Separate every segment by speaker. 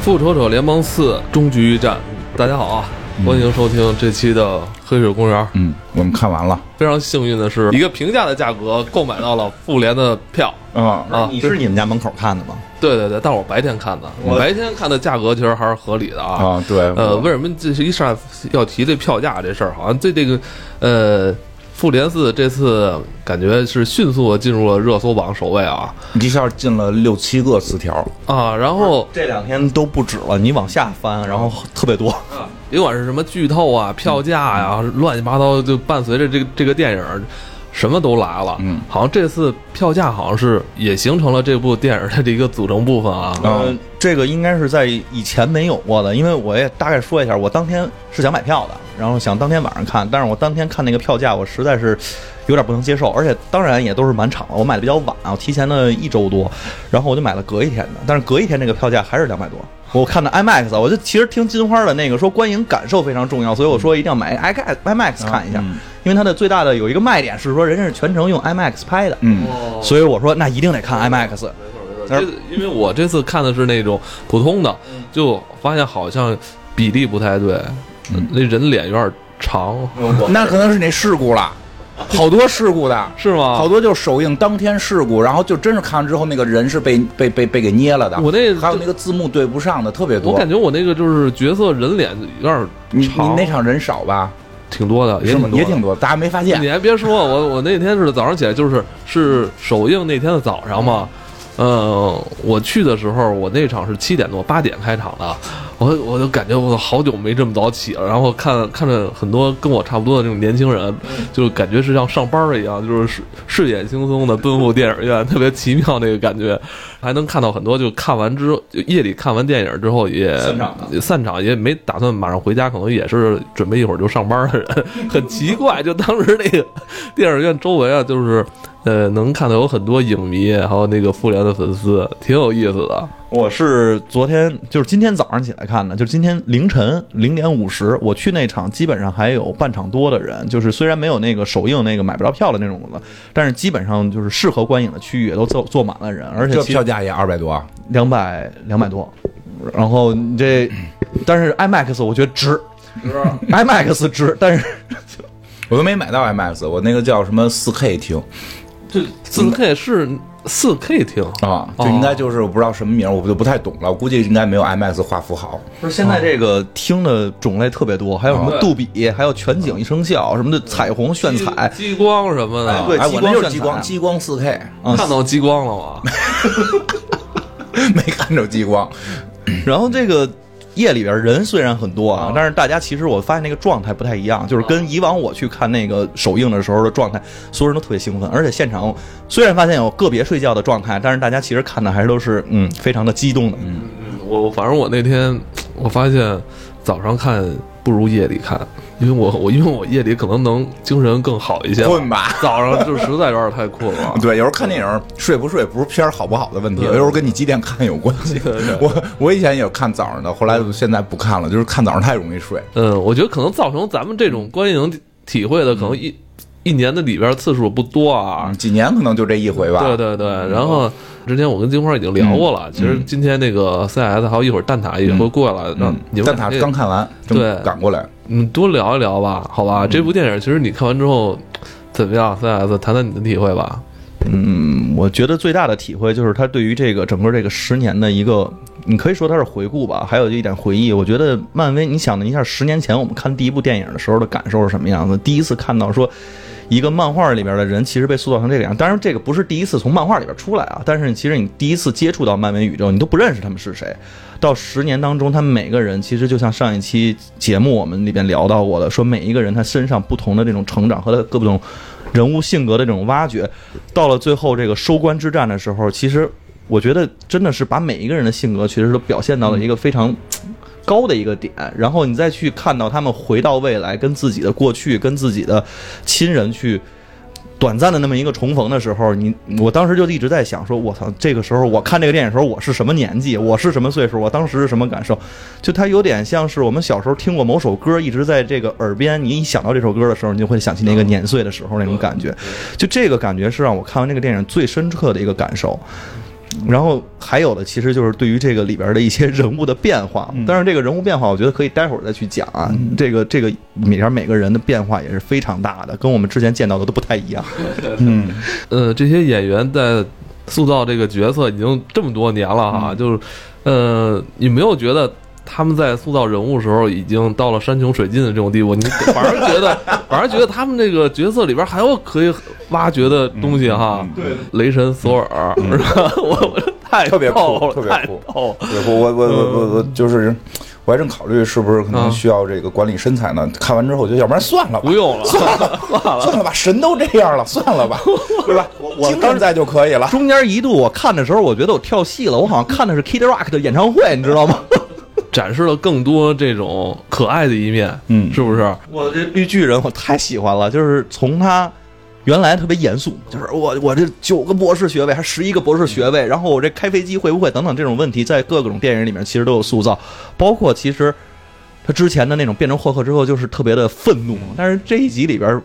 Speaker 1: 复仇者联盟四终局一战，大家好啊！欢迎收听这期的《黑水公园》。
Speaker 2: 嗯，我们看完了
Speaker 1: 非常幸运的是，以一个平价的价格购买到了复联的票。
Speaker 2: 啊，
Speaker 1: 啊
Speaker 3: 哎你是你们家门口看的吗？
Speaker 1: 对对对，但是我白天看的，白天看的价格其实还是合理的啊。
Speaker 2: 啊，对，
Speaker 1: 呃，
Speaker 2: 我
Speaker 1: 为什么这是一上来要提这票价这事儿？好像对这个，呃，复联四这次感觉是迅速地进入了热搜榜首位啊
Speaker 2: 一下进了六七个词条，
Speaker 1: 啊！然后
Speaker 3: 这两天都不止了，你往下翻，然后特别多。
Speaker 1: 甭管是什么剧透啊、票价呀、
Speaker 4: 嗯
Speaker 1: 乱七八糟，就伴随着这个这个电影，什么都来了。
Speaker 2: 嗯
Speaker 1: 好像这次票价好像是也形成了这部电影的一个组成部分啊。
Speaker 2: 啊
Speaker 3: 呃，这个应该是在以前没有过的，因为我也大概说一下，我当天是想买票的，然后想当天晚上看，但是我当天看那个票价，我实在是有点不能接受，而且当然也都是满场了，我买的比较晚，我提前了一周多，然后我就买了隔一天的，但是隔一天这个票价还是两百多。 我看的 IMAX，我就其实听金花的那个说观影感受非常重要，所以我说一定要买 IMAX IMAX 看一下，
Speaker 2: 嗯
Speaker 3: 因为它的最大的有一个卖点是说人家是全程用 IMAX 拍的，
Speaker 2: 嗯，
Speaker 3: 所以我说那一定得看 IMAX。
Speaker 1: 这因为我这次看的是那种普通的，就发现好像比例不太对，
Speaker 4: 嗯
Speaker 1: 那人脸有点长，
Speaker 4: 那可能是那事故了，好多事故的，
Speaker 1: 是吗？
Speaker 4: 好多就是首映当天事故，然后就真是看完之后那个人是被被被被给捏了的。
Speaker 1: 我那
Speaker 4: 还有那个字幕对不上的特别多。
Speaker 1: 我感觉我那个就是角色人脸有
Speaker 4: 你
Speaker 1: 点
Speaker 4: 你
Speaker 1: 长，
Speaker 4: 那场人少吧？
Speaker 1: 挺多的，也
Speaker 4: 是
Speaker 1: 挺
Speaker 4: 吗
Speaker 1: 多？的
Speaker 4: 也挺多，大家没发现
Speaker 1: 你还别说，我我那天是早上起来，就是是首映那天的早上嘛。嗯，我去的时候，我那场是七点多八点开场的，我我就感觉我好久没这么早起了。然后看看着很多跟我差不多的这种年轻人，就感觉是像上班儿一样，就是睡睡眼惺忪的奔赴电影院，特别奇妙那个感觉。还能看到很多，就看完之后就夜里看完电影之后也
Speaker 3: 散场
Speaker 1: 也散场也没打算马上回家，可能也是准备一会儿就上班的人， 很奇怪。就当时那个 电影院周围啊，就是呃，能看到有很多影迷，还有那个复联的粉丝，挺有意思的。
Speaker 3: 我是昨天，就是今天早上起来看的，就是今天凌晨零点五十，我去那场基本上还有半场多的人，就是虽然没有那个首映那个买不着票的那种了，但是基本上就是适合观影的区域也都坐坐满了人，而且
Speaker 4: 这
Speaker 3: 其
Speaker 4: 票价也二百多啊，
Speaker 3: 两百两百多，然后你这，但是 IMAX 我觉得值，IMAX 值，但是
Speaker 4: 我都没买到 IMAX，我那个叫什么四 K 厅
Speaker 1: 四 K 是四 K 厅
Speaker 4: 啊，就
Speaker 1: 哦
Speaker 4: 应该就是我不知道什么名儿，我就不太懂了，我估计应该没有 IMAX 画幅好。
Speaker 3: 不是现在这个厅的种类特别多，还有什么
Speaker 1: 哦
Speaker 3: 杜比，还有全景一声效什么的，彩虹炫彩，啊
Speaker 1: 激激光什么的，
Speaker 3: 对
Speaker 4: 哎，
Speaker 3: 激
Speaker 4: 我
Speaker 3: 光
Speaker 4: 那就是
Speaker 3: 炫
Speaker 4: 激
Speaker 3: 彩
Speaker 4: 光，激光四 K，
Speaker 1: 看到激光了吗？
Speaker 4: 没看着激光。
Speaker 3: 然后这个夜里边人虽然很多啊，但是大家其实我发现那个状态不太一样，就是跟以往我去看那个首映的时候的状态，所有人都特别兴奋，而且现场虽然发现有个别睡觉的状态，但是大家其实看的还都是嗯非常的激动的，嗯，
Speaker 1: 我反正我那天我发现早上看不如夜里看，因为我我因为我夜里可能能精神更好一些，
Speaker 4: 困吧，。
Speaker 1: 早上就实在有点太困了
Speaker 4: 对，有时候看电影睡不睡不是片儿好不好的问题，
Speaker 1: 对
Speaker 4: 有时候跟你几点看有关系。我我以前也有看早上的，后来现在不看了，就是看早上太容易睡。
Speaker 1: 嗯，我觉得可能造成咱们这种观影体会的，可能一、一年的里边次数不多啊。
Speaker 4: 几年可能就这一嗯回吧。嗯
Speaker 1: 对对对，然后之前我跟金花已经聊过了，其实今天那个 CS 还有一会儿蛋挞也会过来，让
Speaker 4: 嗯，
Speaker 1: 你们
Speaker 4: 蛋
Speaker 1: 俩
Speaker 4: 挞
Speaker 1: 这
Speaker 4: 刚看完，正
Speaker 1: 对
Speaker 4: 赶过来。
Speaker 1: 嗯多聊一聊吧，好
Speaker 4: 嗯
Speaker 1: 吧？这部电影其实你看完之后怎么样？CS 谈谈你的体会吧。
Speaker 3: 嗯，我觉得最大的体会就是他对于这个整个这个十年的一个，你可以说他是回顾吧，还有一点回忆。我觉得漫威，你想的一下，十年前我们看第一部电影的时候的感受是什么样子？第一次看到说一个漫画里边的人其实被塑造成这个样，当然这个不是第一次从漫画里边出来啊，但是其实你第一次接触到漫威宇宙，你都不认识他们是谁。到十年当中，他们每个人其实就像上一期节目我们里边聊到过的，说每一个人他身上不同的这种成长和他各种人物性格的这种挖掘，到了最后这个收官之战的时候，其实我觉得真的是把每一个人的性格其实都表现到了一个非常。高的一个点，然后你再去看到他们回到未来，跟自己的过去、跟自己的亲人去短暂的那么一个重逢的时候，你我当时就一直在想说，我操，这个时候我看这个电影的时候，我是什么年纪，我是什么岁数，我当时是什么感受？就它有点像是我们小时候听过某首歌，一直在这个耳边，你一想到这首歌的时候，你就会想起那个年岁的时候那种感觉。就这个感觉是让我看完这个电影最深刻的一个感受。然后还有的其实就是对于这个里边的一些人物的变化，但是这个人物变化，我觉得可以待会儿再去讲啊。这个这个里边每个人的变化也是非常大的，跟我们之前见到的都不太一样。
Speaker 1: 呃，这些演员在塑造这个角色已经这么多年了哈，就是，呃，你没有觉得他们在塑造人物时候已经到了山穷水尽的这种地步？你反而觉得， 反而觉得他们这个角色里边还有可以挖掘的东西哈。嗯对，雷神索尔，是吧？我我太
Speaker 4: 特别
Speaker 1: 逗
Speaker 4: 酷
Speaker 1: 了
Speaker 4: 特别
Speaker 1: 太
Speaker 4: 酷
Speaker 1: 逗了。
Speaker 4: 对我我我我我我就是，我还正考虑是不是可能需要这个管理身材呢。看完之后，我觉得嗯要不然算了 吧
Speaker 1: 不，用了，
Speaker 4: 算了吧，神都这样了，算 了吧，对吧？我精神在就可以了。
Speaker 3: 中间一度我看的时候，我觉得我跳戏了，我好像看的是 Kid Rock 的演唱会，你知道吗？
Speaker 1: 展示了更多这种可爱的一面，
Speaker 2: 嗯
Speaker 1: 是不是？
Speaker 3: 我这绿巨人我太喜欢了，就是从他原来特别严肃，就是我我这九个博士学位还是十一个博士学位，然后我这开飞机会不会等等这种问题，在各种电影里面其实都有塑造，包括其实他之前的那种变成霍克之后就是特别的愤怒，但是这一集里边。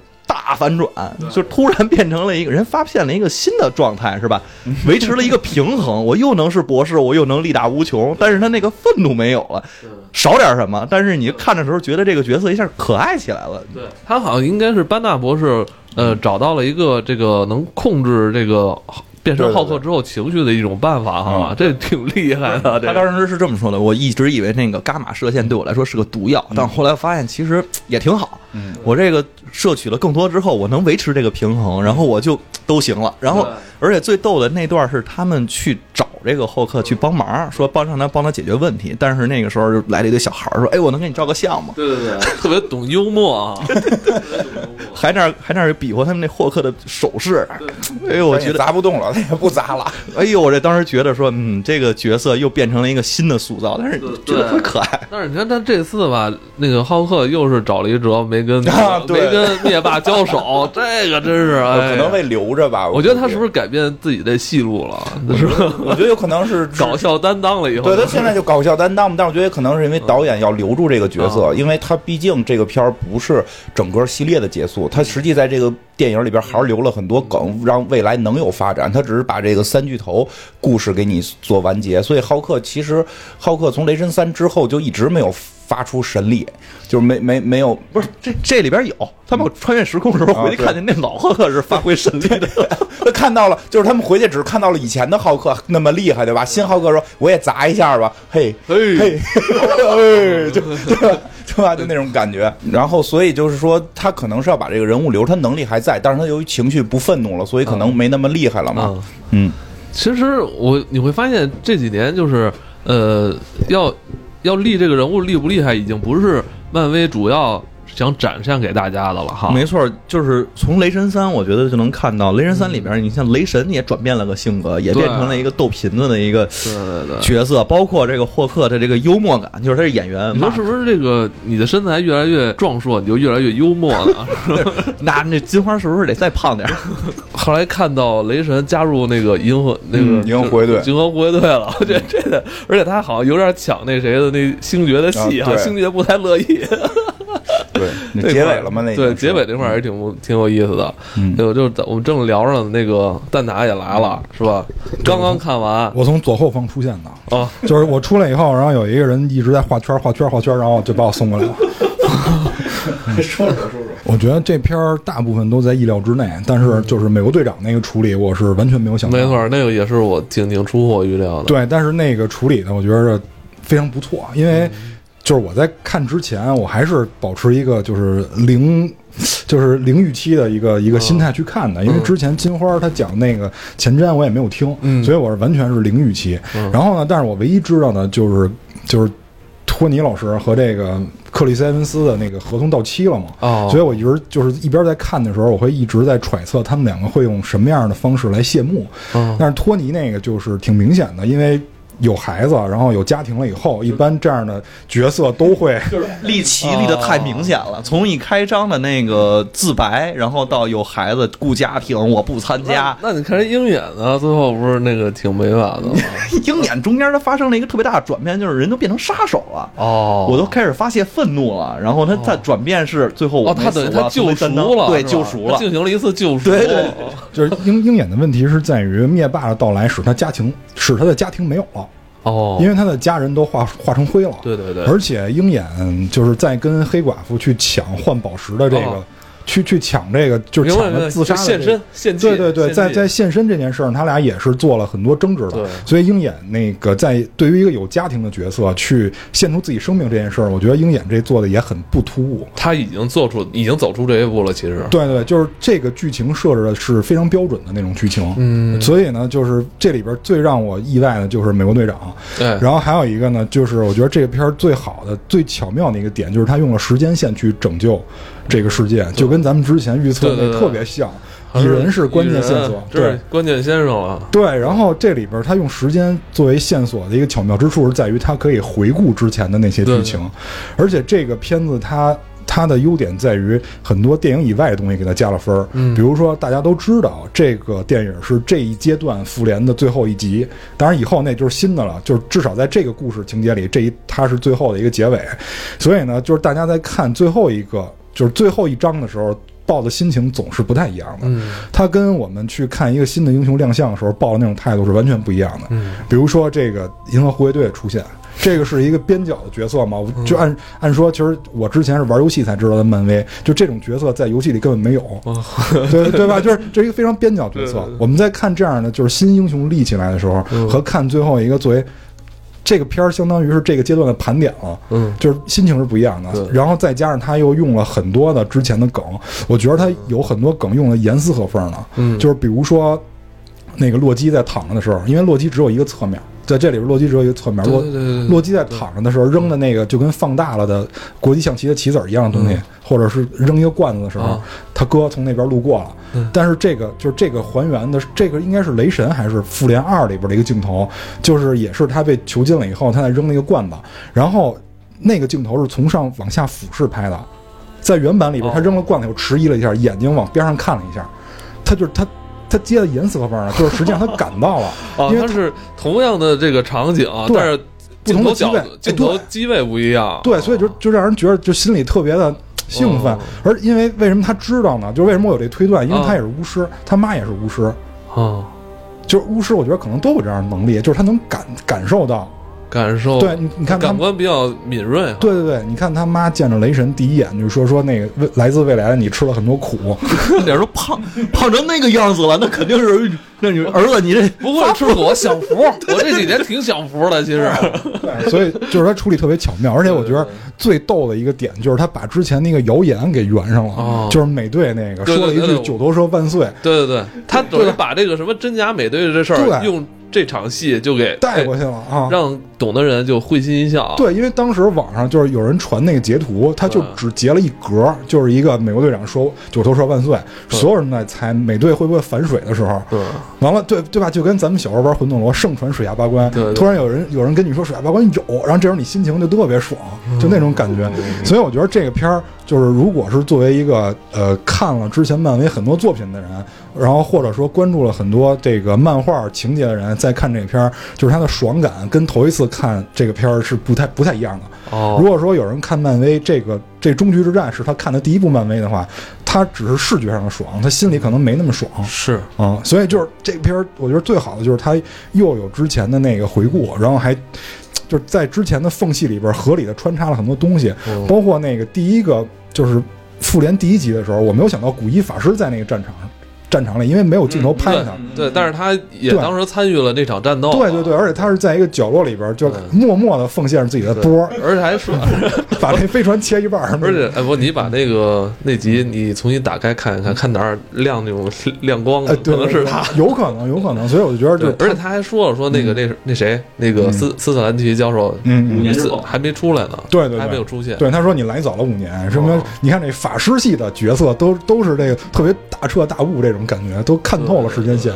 Speaker 3: 大反转，就突然变成了一个人，发现了一个新的状态，是吧？维持了一个平衡，我又能是博士，我又能力大无穷，但是他那个愤怒没有了，少点什么，但是你看的时候觉得这个角色一下可爱起来了。
Speaker 1: 对他好像应该是班纳博士，呃，找到了一个这个能控制这个变成
Speaker 4: 对对
Speaker 1: 浩克之后情绪的一种办法
Speaker 4: 嗯
Speaker 1: 哈，这挺厉害 的。
Speaker 3: 他
Speaker 1: 这
Speaker 3: 当时是这么说的，我一直以为那个伽马射线对我来说是个毒
Speaker 1: 嗯
Speaker 3: 药，但后来发现其实嘖也挺好。我这个摄取了更多之后，我能维持这个平衡，然后我就嘖都行了。然后
Speaker 1: 对，
Speaker 3: 而且最逗的那段是他们去找这个后客去帮忙，说帮让他帮他解决问题，但是那个时候就来了一堆小孩儿说：“哎，我能给你照个相吗？”
Speaker 1: 对对对，特别懂幽默啊。
Speaker 3: 还那儿还那儿比划他们那霍克的手势，哎呦，我
Speaker 4: 我
Speaker 3: 觉得
Speaker 4: 砸不动了， 他也不砸了。
Speaker 3: 哎呦，我这当时觉得说，嗯，这个角色又变成了一个新的塑造，但是
Speaker 1: 对
Speaker 3: 觉得特可爱。
Speaker 1: 但是你看他这次吧，那个浩克又是找了一辙，没跟
Speaker 4: 啊对
Speaker 1: 没跟灭霸交手， 这个真是哎呀
Speaker 4: 可能为留着吧，
Speaker 1: 我觉得他是不是
Speaker 4: 是？
Speaker 1: 改变自己的戏路了，是吧？
Speaker 4: 我觉得有可能是
Speaker 1: 搞笑担当了以后，
Speaker 4: 对他现在就搞笑担当嘛，但我觉得可能是因为导演要留住这个角
Speaker 1: 嗯
Speaker 4: 色，因为他毕竟这个片儿不是整个系列的结束，他实际在这个电影里边还是留了很多梗，让未来能有发展。他只是把这个三巨头故事给你做完结，所以浩克其实浩克从雷神三之后就一直没有发出神力，就是没没没有
Speaker 3: 不是，这这里边有他们穿越时空的时候
Speaker 4: 啊
Speaker 3: 回去看见那老赫克是发挥神力的，
Speaker 4: 他 看到了，就是他们回去只看到了以前的浩克那么厉害，对吧？新浩克说我也砸一下 吧，嘿，
Speaker 1: 嘿
Speaker 4: 嘿， 嘿就对吧？对吧？就那种感觉。然后，所以就是说，他可能是要把这个人物留，他能力还在，但是他由于情绪不愤怒了，所以可能没那么厉害了嘛
Speaker 1: 嗯。
Speaker 4: 嗯，
Speaker 1: 其实我你会发现这几年就是呃，要要立这个人物厉不厉害，已经不是漫威主要想展现给大家的了哈。
Speaker 3: 没错，就是从雷神三，我觉得就能看到雷神三里边，你像雷神也转变了个性格，也
Speaker 1: 对
Speaker 3: 变成了一个逗贫子的一个
Speaker 1: 对对对。
Speaker 3: 角色，包括这个霍克的这个幽默感，就是他是演员，
Speaker 1: 你说是不是这个你的身材越来越壮硕，你就越来越幽默 了？
Speaker 3: 那那金花是不是得再胖点 儿？
Speaker 1: 后来看到雷神加入那个银河那个
Speaker 4: 嗯银河护卫队
Speaker 1: 银河护卫队了， 我觉得这个，而且他好像有点抢那谁的那星爵的戏
Speaker 4: 啊
Speaker 1: 哈，
Speaker 4: 对
Speaker 1: 星爵不太乐意。
Speaker 4: 对，那
Speaker 1: 这
Speaker 4: 结
Speaker 1: 块
Speaker 4: 尾了吗？那已经
Speaker 1: 对
Speaker 4: 是
Speaker 1: 结尾这块儿还是挺不挺有意思的。
Speaker 2: 嗯
Speaker 1: 对，我就我们正聊着呢，那个蛋挞也来了，是吧？刚刚看完
Speaker 2: 我从左后方出现的，
Speaker 1: 哦，
Speaker 2: 就是我出来以后，然后有一个人一直在画圈儿、画圈儿、画圈儿，然后就把我送过来了。我觉得这片儿大部分都在意料之内，但是就是美国队长那个处理，我是完全没有想到。
Speaker 1: 没错儿，那个也是我挺挺出乎我预料的。
Speaker 2: 对，但是那个处理的我觉得非常不错，
Speaker 1: 嗯
Speaker 2: 因为就是我在看之前，我还是保持一个就是零。 就是零预期的一个一个心态去看
Speaker 1: 嗯
Speaker 2: 的，因为之前金花她讲那个前瞻我也没有听，
Speaker 1: 嗯
Speaker 2: 所以我是完全是零预期。然后呢，但是我唯一知道的就是就是托尼老师和这个克里斯埃文斯的那个合同到期了嘛，
Speaker 1: 哦
Speaker 2: 所以我一直就是一边在看的时候，我会一直在揣测他们两个会用什么样的方式来谢幕。
Speaker 1: 哦
Speaker 2: 但是托尼那个就是挺明显的，因为有孩子，然后有家庭了以后，一般这样的角色都会
Speaker 3: 立旗立的太明显
Speaker 1: 哦
Speaker 3: 了，从一开张的那个自白，然后到有孩子顾家庭，我不参加。
Speaker 1: 那你看人鹰眼呢，最后不是那个挺委婉的 吗？
Speaker 3: 鹰眼中间他发生了一个特别大的转变，就是人都变成杀手了。
Speaker 1: 哦，
Speaker 3: 我都开始发泄愤怒了，然后他他转变是最后我
Speaker 1: 哦，他等于他救赎
Speaker 3: 了，
Speaker 1: 了，
Speaker 3: 对
Speaker 1: 是吧
Speaker 3: 救赎了
Speaker 1: 他，进行了一次救赎。
Speaker 3: 对对
Speaker 2: 就是鹰鹰眼的问题是在于灭霸的到来使他家庭使他的家庭没有了，
Speaker 1: 哦，
Speaker 2: 因为他的家人都化化成灰了。
Speaker 1: 对对对，
Speaker 2: 而且鹰眼就是在跟黑寡妇去抢换宝石的这个
Speaker 1: 哦，
Speaker 2: 去去抢这个就是
Speaker 1: 明白
Speaker 2: 抢
Speaker 1: 明白
Speaker 2: 的自杀的这
Speaker 1: 现
Speaker 2: 个
Speaker 1: 身献祭，
Speaker 2: 对对对，
Speaker 1: 献
Speaker 2: 在
Speaker 1: 祭
Speaker 2: 在现身这件事儿，他俩也是做了很多争执
Speaker 1: 对
Speaker 2: 的。所以鹰眼那个在对于一个有家庭的角色去献出自己生命这件事儿，我觉得鹰眼这做的也很不突兀。
Speaker 1: 他已经做出已经走出这一步了，其实
Speaker 2: 对对，就是这个剧情设置的是非常标准的那种剧情，
Speaker 1: 嗯
Speaker 2: 所以呢，就是这里边最让我意外的就是美国队长，
Speaker 1: 对，
Speaker 2: 然后还有一个呢，就是我觉得这个片儿最好的、最巧妙的一个点，就是他用了时间线去拯救这个世界，就跟咱们之前预测
Speaker 1: 对对
Speaker 2: 的
Speaker 1: 对
Speaker 2: 特别像。
Speaker 1: 还
Speaker 2: 蚁人是关键线
Speaker 1: 蚁
Speaker 2: 索
Speaker 1: 人，这
Speaker 2: 对
Speaker 1: 是关键啊先生了。
Speaker 2: 对。然后这里边他用时间作为线索的一个巧妙之处，是在于他可以回顾之前的那些剧情，而且这个片子它。它的优点在于很多电影以外的东西给它加了分儿，
Speaker 1: 嗯
Speaker 2: 比如说大家都知道这个电影是这一阶段复联的最后一集，当然以后那就是新的了，就是至少在这个故事情节里，这一它是最后的一个结尾，所以呢，就是大家在看最后一个就是最后一章的时候，抱的心情总是不太一样的，
Speaker 1: 嗯
Speaker 2: 它跟我们去看一个新的英雄亮相的时候抱的那种态度是完全不一样的。
Speaker 1: 嗯，
Speaker 2: 比如说这个银河护卫队的出现，这个是一个边角的角色嘛，
Speaker 1: 嗯
Speaker 2: 我就按按说，其实我之前是玩游戏才知道的漫威，就这种角色在游戏里根本没有，对对吧？就是这是一个非常边角角色
Speaker 1: 哦对对对。嗯
Speaker 2: 我们在看这样的就是新英雄立起来的时候，和看最后一个作为。这个片儿相当于是这个阶段的盘点了，
Speaker 1: 嗯，
Speaker 2: 就是心情是不一样
Speaker 1: 对
Speaker 2: 的。然后再加上他又用了很多的之前的梗，我觉得他有很多梗用的严丝合缝呢。
Speaker 1: 嗯
Speaker 2: 就是比如说那个洛基在躺着的时候，因为洛基只有一个侧面，在这里边洛基只有一个侧面，
Speaker 1: 对
Speaker 2: 洛
Speaker 1: 对对对对
Speaker 2: 洛基在躺着的时候扔的那个就跟放大了的国际象棋的棋子儿一样的东西，或者是扔一个罐子的时候，
Speaker 1: 嗯啊嗯
Speaker 2: 他哥从那边路过了。但是这个就是这个还原的，这个应该是雷神还是复联二里边的一个镜头，就是也是他被囚禁了以后，他在扔那个罐子，然后那个镜头是从上往下俯视拍的。在原版里边，他
Speaker 1: 哦，
Speaker 2: 扔了罐子，又迟疑了一下，眼睛往边上看了一下，他就是他，他接的严丝合缝的，就是实际上他赶到了
Speaker 1: 哦，
Speaker 2: 因为
Speaker 1: 它是同样的这个场景，啊
Speaker 2: 对
Speaker 1: 但是
Speaker 2: 不
Speaker 1: 镜
Speaker 2: 同
Speaker 1: 头
Speaker 2: 的机
Speaker 1: 角
Speaker 2: 位哎
Speaker 1: 度、镜头机位不一样。啊
Speaker 2: 对，所以就就让人觉得就心里特别的兴奋
Speaker 1: 哦。
Speaker 2: 而因为为什么他知道呢？就是为什么我有这推断？因为
Speaker 1: 嗯
Speaker 2: 他也是巫师，他妈也是巫师，
Speaker 1: 啊，
Speaker 2: 就是巫师，我觉得可能都有这样的能力，就是他能感感受到。
Speaker 1: 感受
Speaker 2: 对，你你看
Speaker 1: 哦
Speaker 2: 他
Speaker 1: 感。官比较敏锐。啊
Speaker 2: 对对对，你看他妈见着雷神第一眼就说说那个未来自未来的你吃了很 多苦，
Speaker 3: 那点儿都胖 胖成那个样子了，那肯定是那 你嗯儿子，你这
Speaker 1: 不过是我享福， 我这几年挺享福的，其实。
Speaker 2: 对，所以就是他处理特别巧妙，而且我觉得最逗的一个点就是他把之前那个谣言给圆上了，
Speaker 1: 哦
Speaker 2: 就是美队那个
Speaker 1: 对对
Speaker 2: 说了一
Speaker 1: 对对
Speaker 2: 句
Speaker 1: 我
Speaker 2: “九头蛇万岁
Speaker 1: 对对对，他等于把这个什么真假美队这事儿，
Speaker 2: 对
Speaker 1: 用这场戏就给”
Speaker 2: 带过去了啊，
Speaker 1: 哎让懂的人就会心一笑。啊
Speaker 2: 对，因为当时网上就是有人传那个截图，他就
Speaker 1: 嗯
Speaker 2: 只截了一格，就是一个美国队长说“九头蛇万岁”，所有人都在猜美队会不会反水的时候。
Speaker 1: 对，
Speaker 2: 完了，对对吧？就跟咱们小时候玩魂斗罗，盛传水下八关
Speaker 1: 对对，
Speaker 2: 突然有人有人跟你说水下八关有，然后这时候你心情就特别爽，就那种感觉。所以我觉得这个片儿就是，如果是作为一个呃看了之前漫威很多作品的人，然后或者说关注了很多这个漫画情节的人，在看这个片儿，就是他的爽感跟头一次看这个片儿是不太不太一样的。
Speaker 1: 哦
Speaker 2: 如，果说有人看漫威这个这终局之战是他看的第一部漫威的话，他只是视觉上的爽，他心里可能没那么爽。
Speaker 1: 是
Speaker 2: 啊、所以就是这片儿，我觉得最好的就是它又有之前的那个回顾，然后还就是在之前的缝隙里边儿合理的穿插了很多东西，包括那个第一个就是复联第一集的时候，我没有想到古一法师在那个战场战场里，因为没有镜
Speaker 1: 嗯
Speaker 2: 头拍他。
Speaker 1: 对，但是他也
Speaker 2: 对
Speaker 1: 当时参与了那场战斗。
Speaker 2: 对对对，，而且他是在一个角落里边儿，就
Speaker 1: 嗯
Speaker 2: 默默的奉献着自己的波儿，
Speaker 1: 而且还说，
Speaker 2: 把那飞船切一半儿。
Speaker 1: 而且哎不，你把那 个那集你重新打开看一看，看哪儿亮那种 亮光
Speaker 2: 哎，
Speaker 1: 了，
Speaker 2: 对，
Speaker 1: 可能是他。
Speaker 2: 对，对有可能，有可能。所以我就觉得
Speaker 1: 对
Speaker 2: 就，，
Speaker 1: 而且他还说了说
Speaker 2: 嗯
Speaker 1: 那个那那谁那个斯斯特兰奇教授，
Speaker 2: 嗯嗯
Speaker 1: 你死还没出来呢，
Speaker 2: 对对对
Speaker 1: 还没有出现，
Speaker 2: 对，他说你来早了五年，什
Speaker 1: 哦
Speaker 2: 么？你看这法师系的角色都都是这个特别大彻大悟这种种感觉，都看透了时间线。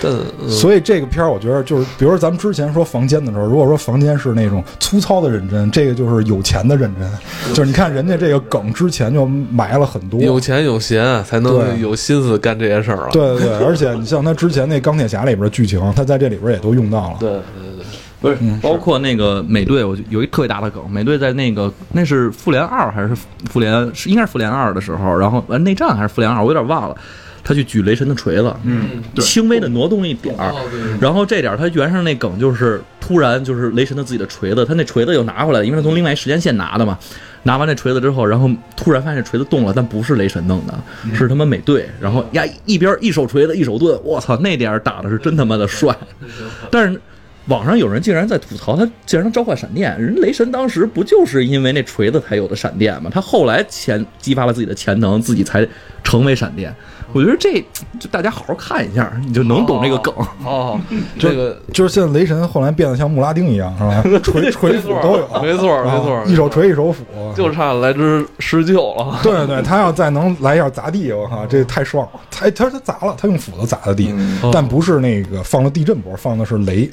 Speaker 1: 但嗯
Speaker 2: 所以这个片儿，我觉得就是，比如说咱们之前说房间的时候，如果说房间是那种粗糙的认真，这个就是有钱的认真，就是你看人家这个梗之前就埋了很多。
Speaker 1: 有钱有闲啊才能
Speaker 2: 对
Speaker 1: 有心思干这些事儿了。啊
Speaker 2: 对对对，而且你像他之前那钢铁侠里边的剧情，他在这里边也都用到了。
Speaker 1: 对对对，
Speaker 3: 不是，包括那个美队，我就有一特别大的梗，美队在那个那是复联二还是复联是应该是复联二的时候，然后呃内战还是复联二，我有点忘了，他去举雷神的锤子，嗯，哦轻微的挪动一点儿，然后这点儿他原上那梗就是突然就是雷神的自己的锤子，他那锤子又拿回来了，因为他从另外一时间线拿的嘛。拿完那锤子之后，然后突然发现锤子动了，但不是雷神弄的，是他妈美队。然后呀，一边一手锤子，一手盾，我操，那点儿打的是真他妈的帅。但是网上有人竟然在吐槽他，竟然能召唤闪电。人雷神当时不就是因为那锤子才有的闪电吗？他后来潜激发了自己的潜能，自己才成为闪电。我觉得这就大家好好看一下，你就能懂这个梗。
Speaker 1: 哦，这个
Speaker 2: 就是现在雷神后来变得像穆拉丁一样，是 吧？锤锤斧都有，
Speaker 1: 没错没错
Speaker 2: 啊，一手锤一手斧，
Speaker 1: 就差来只施救 了。
Speaker 2: 对对，他要再能来一下砸地，我靠，
Speaker 1: 嗯
Speaker 2: 这太爽了！他他他砸了，他用斧子砸的地，但不是那个放的地震波，放的是雷，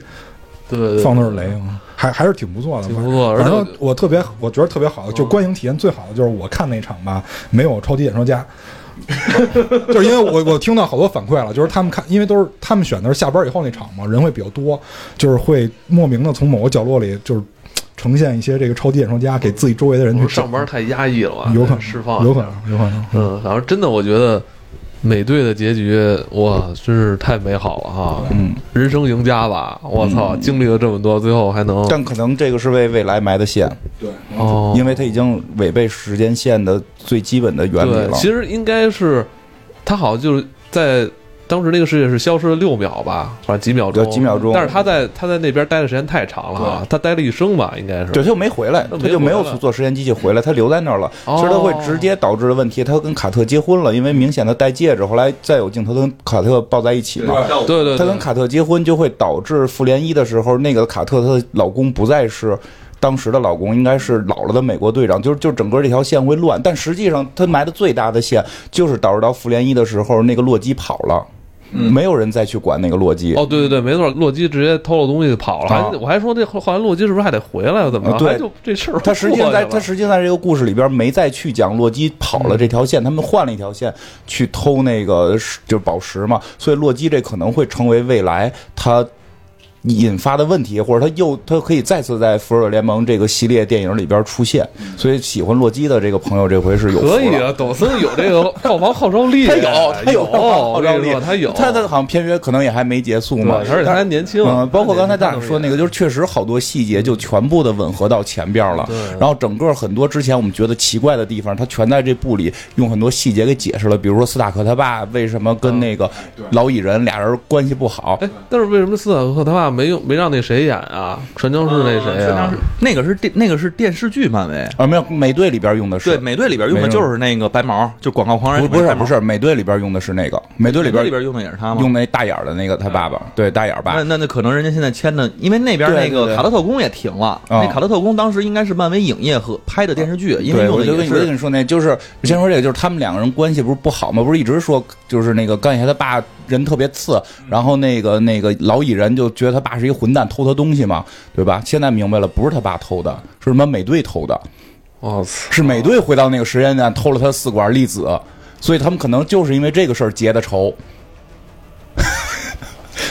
Speaker 1: 对对对，
Speaker 2: 放的是雷，嗯还还是挺不错的，
Speaker 1: 挺不错
Speaker 2: 反
Speaker 1: 而
Speaker 2: 正
Speaker 1: 且嗯
Speaker 2: 我特别，我觉得特别好的，就观影体验最好的就是我看那场吧，没有超级演说家。 就是因为我我听到好多反馈了，就是他们看，因为都是他们选的是下班以后那场嘛，人会比较多，就是会莫名的从某个角落里就是呈现一些这个超级演说家给自己周围的人去
Speaker 1: 我上班太压抑了吧？
Speaker 2: 有可能
Speaker 1: 释放，
Speaker 2: 有可。能，有可能。
Speaker 1: 嗯，反正真的，我觉得美队的结局哇，真是太美好了哈！嗯，人生赢家吧！我操，经历了这么多，最后还能
Speaker 4: 嗯但可能这个是为未来埋的线，
Speaker 1: 哦，
Speaker 4: 因为它已经违背时间线的最基本的原理
Speaker 1: 对，
Speaker 4: 了。
Speaker 1: 其实应该是他好像就是在当时那个世界是消失了六秒吧，反正几秒钟，
Speaker 4: 对几秒钟
Speaker 1: 但是他在他在那边待的时间太长了啊，他待了一生吧，应该是。
Speaker 4: 对，他就没回来，
Speaker 1: 那没
Speaker 4: 他就没有
Speaker 1: 回来
Speaker 4: 坐时间机器回来，他留在那儿了。
Speaker 1: 哦
Speaker 4: 其实他会直接导致的问题，他跟卡特结婚了，因为明显他戴戒指，后来再有镜头他跟卡特抱在一起嘛。
Speaker 1: 对对，
Speaker 4: 他跟
Speaker 1: 对
Speaker 4: 卡特结婚就会导致复联一的时候，那个卡特她的老公不再是当时的老公，应该是老了的美国队长，就是就整个这条线会乱。但实际上，他埋的最大的线就是导致到复联一的时候，那个洛基跑了，没有人再去管那个洛基。
Speaker 1: 哦，对对对，没错，洛基直接偷了东西跑了，
Speaker 4: 啊
Speaker 1: 还我还说这后来洛基是不是还得回来啊？怎么着？
Speaker 4: 啊对
Speaker 1: 还就这事儿
Speaker 4: 他实际上在
Speaker 1: 过去
Speaker 4: 他
Speaker 1: 了嗯
Speaker 4: 实际上在这个故事里边没再去讲洛基跑了这条线，他们换了一条线去偷那个是就是宝石嘛，所以洛基这可能会成为未来他。引发的问题，或者他又他可以再次在《复仇者联盟》这个系列电影里边出现，
Speaker 1: 嗯
Speaker 4: 所以喜欢洛基的这个朋友这回是有福了
Speaker 1: 可以啊，抖森有这个票房号召力，啊 哦
Speaker 4: 他有他有
Speaker 1: 我
Speaker 4: 号召
Speaker 1: 跟你
Speaker 4: 力
Speaker 1: 说，他有，嗯
Speaker 4: 他的好像片约可能也还没结束嘛，
Speaker 1: 对而且他还年轻
Speaker 4: 嗯，包括刚才大伙说那个，就是确实好多细节就全部的吻合到前边了，然后整个很多之前我们觉得奇怪的地方，他全在这部里用很多细节给解释了，比如说斯塔克他爸为什么跟那个
Speaker 3: 嗯
Speaker 4: 老蚁人俩人关系不好，
Speaker 1: 哎，但是为什么斯坦克他爸没用没让那谁演啊？传教
Speaker 3: 哦
Speaker 1: 士那谁啊？
Speaker 3: 那个是电那个是电视剧漫威，
Speaker 4: 啊，没有美队里边用的是
Speaker 3: 对，美队里边用的就是那个白毛，就广告狂人
Speaker 4: 不
Speaker 3: 里
Speaker 4: 不
Speaker 3: 面
Speaker 4: 是
Speaker 3: 白毛，
Speaker 4: 不是美队里边用的是那个美队里
Speaker 3: 美
Speaker 4: 边
Speaker 3: 队里边用的也是他吗？啊
Speaker 4: 用那大眼儿的那个他爸爸，对大眼儿爸
Speaker 3: 那，那那可能人家现在签的，因为那边那
Speaker 4: 对对对
Speaker 3: 个卡特特工也停了。
Speaker 4: 啊
Speaker 3: 那卡特特工当时应该是漫威影业和拍的电视剧，因为
Speaker 4: 对，
Speaker 3: 用
Speaker 4: 我
Speaker 3: 的
Speaker 4: 就
Speaker 3: 也
Speaker 4: 跟我就跟
Speaker 3: 是嗯
Speaker 4: 你说那，就是先说这个，就是他们两个人关系不是不好吗？不是一直说就是那个钢铁侠他爸人特别次，
Speaker 3: 嗯
Speaker 4: 然后那个那个老蚁人就觉得他爸是一混蛋，偷他东西嘛，对吧？现在明白了，不是他爸偷的，是什么美队偷的，
Speaker 1: 我操！
Speaker 4: 是美队回到那个时间站偷了他四管粒子，所以他们可能就是因为这个事儿结的仇。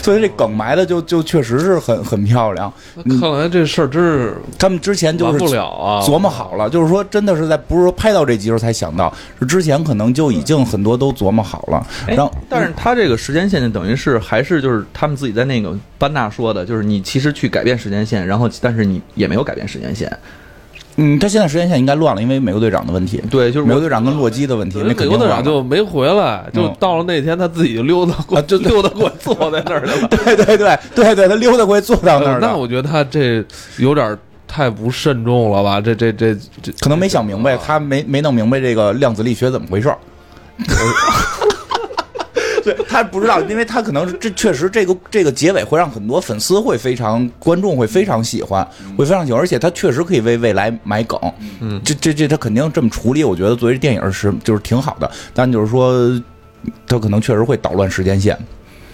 Speaker 4: 所以这梗埋的就就确实是很很漂亮，
Speaker 1: 那看来这事儿真是
Speaker 4: 他们之前就
Speaker 1: 完
Speaker 4: 是
Speaker 1: 不了啊！
Speaker 4: 琢磨好了，就是说真的是在不是说拍到这集时候才想到，是之前可能就已经很多都琢磨好了。
Speaker 3: 哎
Speaker 4: 然后，
Speaker 3: 但是他这个时间线就等于是还是就是他们自己在那个班纳说的，就是你其实去改变时间线，然后但是你也没有改变时间线。
Speaker 4: 嗯，他现在时间线应该乱了，因为美国队长的问题，
Speaker 3: 对，就是
Speaker 4: 美国
Speaker 3: 我
Speaker 4: 队长跟洛基的问题，
Speaker 1: 人
Speaker 4: 那
Speaker 1: 美
Speaker 4: 肯
Speaker 1: 国
Speaker 4: 定啊
Speaker 1: 队
Speaker 4: 乱
Speaker 1: 长
Speaker 4: 了。
Speaker 1: 就没回来，就到了那天他自己就溜达过，
Speaker 4: 啊对对
Speaker 1: 溜达过坐在那 儿去了。
Speaker 4: 对对对对对，他溜达过去坐到那儿
Speaker 1: 呃那
Speaker 4: 了，
Speaker 1: 我觉得他这有点太不慎重了吧？这这这这，
Speaker 4: 可能没想明白，他没没弄明白这个量子力学怎么回事儿。对他不知道，因为他可能是这确实这个这个结尾会让很多粉丝会非常观众会非常喜欢，会非常喜欢，而且他确实可以为未来埋梗。嗯，这这这他肯定这么处理，我觉得作为电影是就是挺好的，但就是说。它可能确实会捣乱时间线。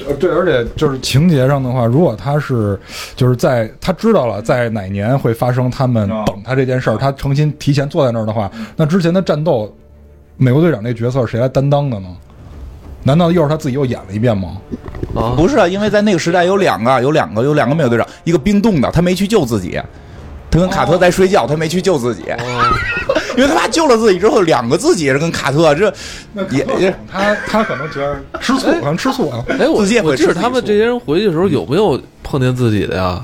Speaker 2: 呃，对，而且就是情节上的话，如果他是就是在他知道了在哪年会发生他们
Speaker 4: 啊
Speaker 2: 等他这件事儿，他诚心提前坐在那儿的话，那之前的战斗，美国队长这角色是谁来担当的呢？难道又是他自己又演了一遍吗？
Speaker 1: 啊，
Speaker 4: 不是啊，因为在那个时代有两个，有两个，有两个美国队长，一个冰冻的，他没去救自己，他跟卡特在睡觉，他没去救自己，
Speaker 1: 哦
Speaker 4: 因为他怕救了自己之后，两个自己跟卡特这也也
Speaker 2: 他他可能觉得 吃醋，可能吃醋啊。
Speaker 1: 哎，我
Speaker 4: 自己也会
Speaker 1: 我记
Speaker 4: 吃
Speaker 1: 得
Speaker 4: 自己
Speaker 1: 他们
Speaker 4: 醋
Speaker 1: 这些人回去的时候有没有碰见自己的呀？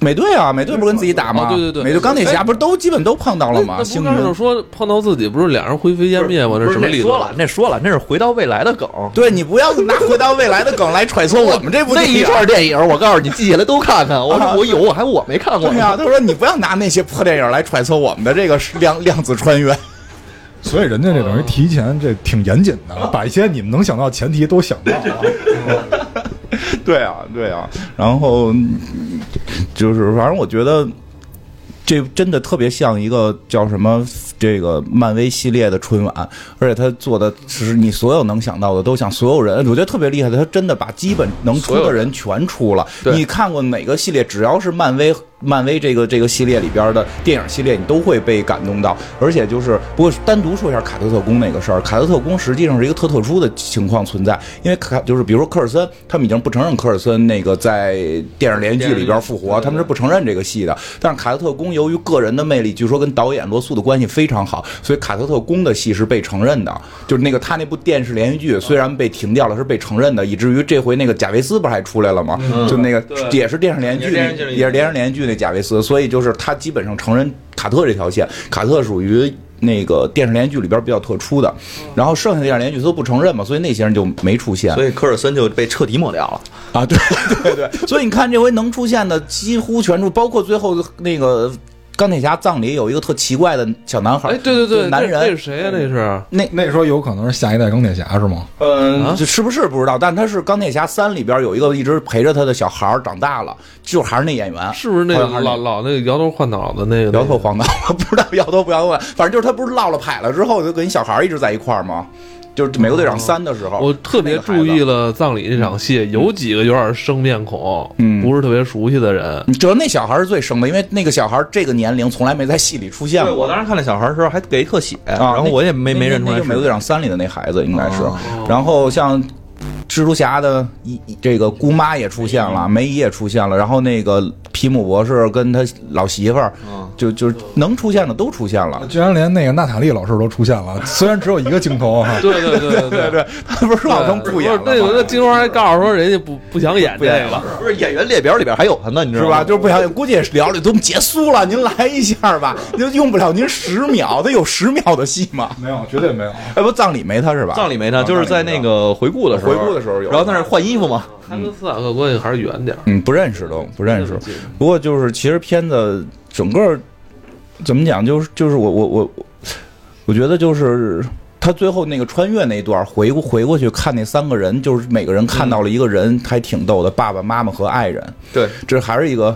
Speaker 4: 美队啊，美队不是跟自己打吗？
Speaker 1: 哦对对对
Speaker 4: 美队钢铁侠
Speaker 1: 哎
Speaker 4: 不是都基本都碰到
Speaker 1: 那
Speaker 4: 了
Speaker 1: 那
Speaker 4: 吗？
Speaker 1: 不
Speaker 4: 星
Speaker 1: 刚就
Speaker 4: 云。
Speaker 1: 说碰到自己不是俩人灰飞烟灭吗？这什
Speaker 3: 不是
Speaker 1: 么
Speaker 3: 那
Speaker 1: 理
Speaker 3: 说
Speaker 1: 论
Speaker 3: 了，？那说了，那是回到未来的梗。
Speaker 4: 对你不要拿回到未来的梗来揣测我们 这部
Speaker 3: 那
Speaker 4: 电
Speaker 3: 一
Speaker 4: 影。
Speaker 3: 串电影，我告诉你，记下来都看 看。我我有，我还我没看过
Speaker 4: 对
Speaker 3: 呢。
Speaker 4: 啊，他说你不要拿那些破电影来揣测我们的这个 量量子穿越。
Speaker 2: 所以人家这等于提前这挺严谨的，把一些你们能想到的前提都想到 了。
Speaker 4: 对啊，对啊，然后嗯就是反正我觉得。这真的特别像一个叫什么这个漫威系列的春晚，而且他做的是你所有能想到的都想所有人，我觉得特别厉害的，他真的把基本能出的人全出了。
Speaker 1: 对
Speaker 4: 你看过哪个系列？只要是漫威漫威这个这个系列里边的电影系列，你都会被感动到。而且就是，不过单独说一下卡特特工那个事儿，卡特特工实际上是一个特特殊的情况存在，因为卡就是比如说科尔森，他们已经不承认科尔森那个在电视连续剧里边复活，他们是不承认这个戏的。但是卡特特工由于个人的魅力，据说跟导演罗素的关系非常好，所以卡特特工的戏是被承认的。就是那个他那部电视连续剧虽然被停掉了，是被承认的，以至于这回那个贾维斯不是还出来了吗？就那个也是电视连续剧，嗯也是电视连续剧那贾维斯，所以就是他基本上承认卡特这条线，卡特属于。那个电视连续剧里边比较特殊的，然后剩下的电视连续剧都不承认嘛，所以那些人就没出现。
Speaker 3: 以科尔森就被彻底抹掉了。
Speaker 4: 啊，对 对对，所以你看这回能出现的几乎全出，包括最后那个钢铁侠葬礼有一个特奇怪的小男孩，
Speaker 1: 哎，对对
Speaker 4: 就
Speaker 1: 对，
Speaker 4: 是男
Speaker 1: 那那是
Speaker 4: 人，
Speaker 1: 谁呀？那是
Speaker 2: 那时候有可能是下一代钢铁侠是吗？
Speaker 1: 啊
Speaker 4: 嗯，这是不是不知道？但他是钢铁侠三里边有一个一直陪着他的小孩儿长大了，就还是那演员，
Speaker 1: 是不是那
Speaker 4: 好
Speaker 1: 个
Speaker 4: 像还是
Speaker 1: 老老那个摇头换脑的那个？
Speaker 4: 摇头晃脑， 不知道摇头不摇头，反正就是他不是落了牌了之后，就跟小孩儿一直在一块儿吗？就是美国队长三的时候，
Speaker 1: 哦我特别注意了葬礼这场戏，有几个有点生面孔，
Speaker 4: 嗯
Speaker 1: 不是特别熟悉的人。
Speaker 4: 你知嗯道那小孩儿是最生的，因为那个小孩儿这个年龄从来没在戏里出现
Speaker 3: 对，
Speaker 4: 过。
Speaker 3: 我当时看那小孩儿的时候还给一特写，
Speaker 4: 啊，
Speaker 3: 然后我也没没认出来
Speaker 4: 就是美国队长三里的那孩子应该是
Speaker 3: 哦。
Speaker 4: 然后像蜘蛛侠的一这个姑妈也出现
Speaker 3: 嗯
Speaker 4: 了，梅姨也出现了，然后那个皮姆博士跟他老媳妇儿
Speaker 3: 嗯，
Speaker 4: 就就是能出现的都出现了。
Speaker 2: 居然连那个娜塔莉老师都出现了，虽然只有一个镜头啊哈。
Speaker 1: 对对对对 对
Speaker 4: 对，他不是老成不演了
Speaker 1: 不是那有
Speaker 4: 吗
Speaker 1: 那金花还告诉说人家不不想演这
Speaker 4: 不演
Speaker 1: 个，
Speaker 4: 了
Speaker 3: 不是演员列表里边还有他呢，你知
Speaker 4: 是
Speaker 3: 道
Speaker 4: 吧？
Speaker 3: 吗？
Speaker 4: 就是不想演，估计也是聊了都结束了，您来一下 吧，就用不了您十秒，他有十秒的戏吗？
Speaker 2: 没有，绝对没有。
Speaker 4: 哎，不葬礼没他是吧？
Speaker 3: 葬礼没
Speaker 4: 啊
Speaker 3: 他，就是
Speaker 4: 葬
Speaker 3: 在
Speaker 4: 礼没
Speaker 3: 那
Speaker 4: 他
Speaker 3: 个回顾的时候，
Speaker 4: 回顾的时候有
Speaker 3: 然后在那儿换衣服嘛。
Speaker 1: 他跟斯塔克关系还是远点儿。
Speaker 4: 嗯，不认识都不认识
Speaker 1: 这个记得。
Speaker 4: 不过就是其实片子整个怎么讲，就是就是我我我我觉得就是。他最后那个穿越那一段，回过回过去看那三个人，就是每个人看到了一个人，还挺逗的，爸爸妈妈和爱人。
Speaker 3: 对，
Speaker 4: 这还是一个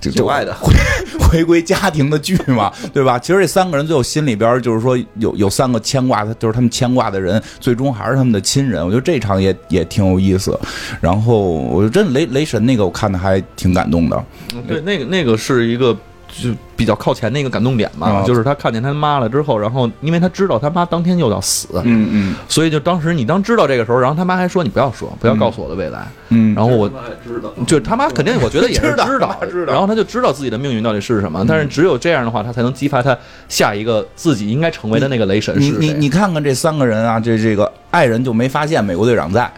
Speaker 4: 就
Speaker 3: 有爱的
Speaker 4: 回 回归家庭的剧 嘛，对吧？其实这三个人最后心里边就是说有有三个牵挂，就是他们牵挂的人，最终还是他们的亲人。我觉得这场也也挺有意思。然后我真雷雷神那个我看的还挺感动的，
Speaker 3: 嗯对，那个那个是一个。就比较靠前的一个感动点嘛，
Speaker 4: 啊
Speaker 3: 就是他看见他妈了之后，然后因为他知道他妈当天就要死，
Speaker 4: 嗯嗯
Speaker 3: 所以就当时你当知道这个时候，然后他妈还说你不要说，不要告诉我的未来。
Speaker 4: 嗯，
Speaker 3: 然后我
Speaker 1: 他也知道，
Speaker 3: 就他妈肯定，我觉得也是
Speaker 4: 知道
Speaker 3: 道
Speaker 4: 他，知道嗯
Speaker 3: 然后他就知道自己的命运到底是什么。但是只有这样的话，他才能激发他下一个自己应该成为的那个雷神
Speaker 4: 你
Speaker 3: 是
Speaker 4: 你
Speaker 3: 谁。
Speaker 4: 你看看这三个人啊，这这个爱人就没发现美国队长在。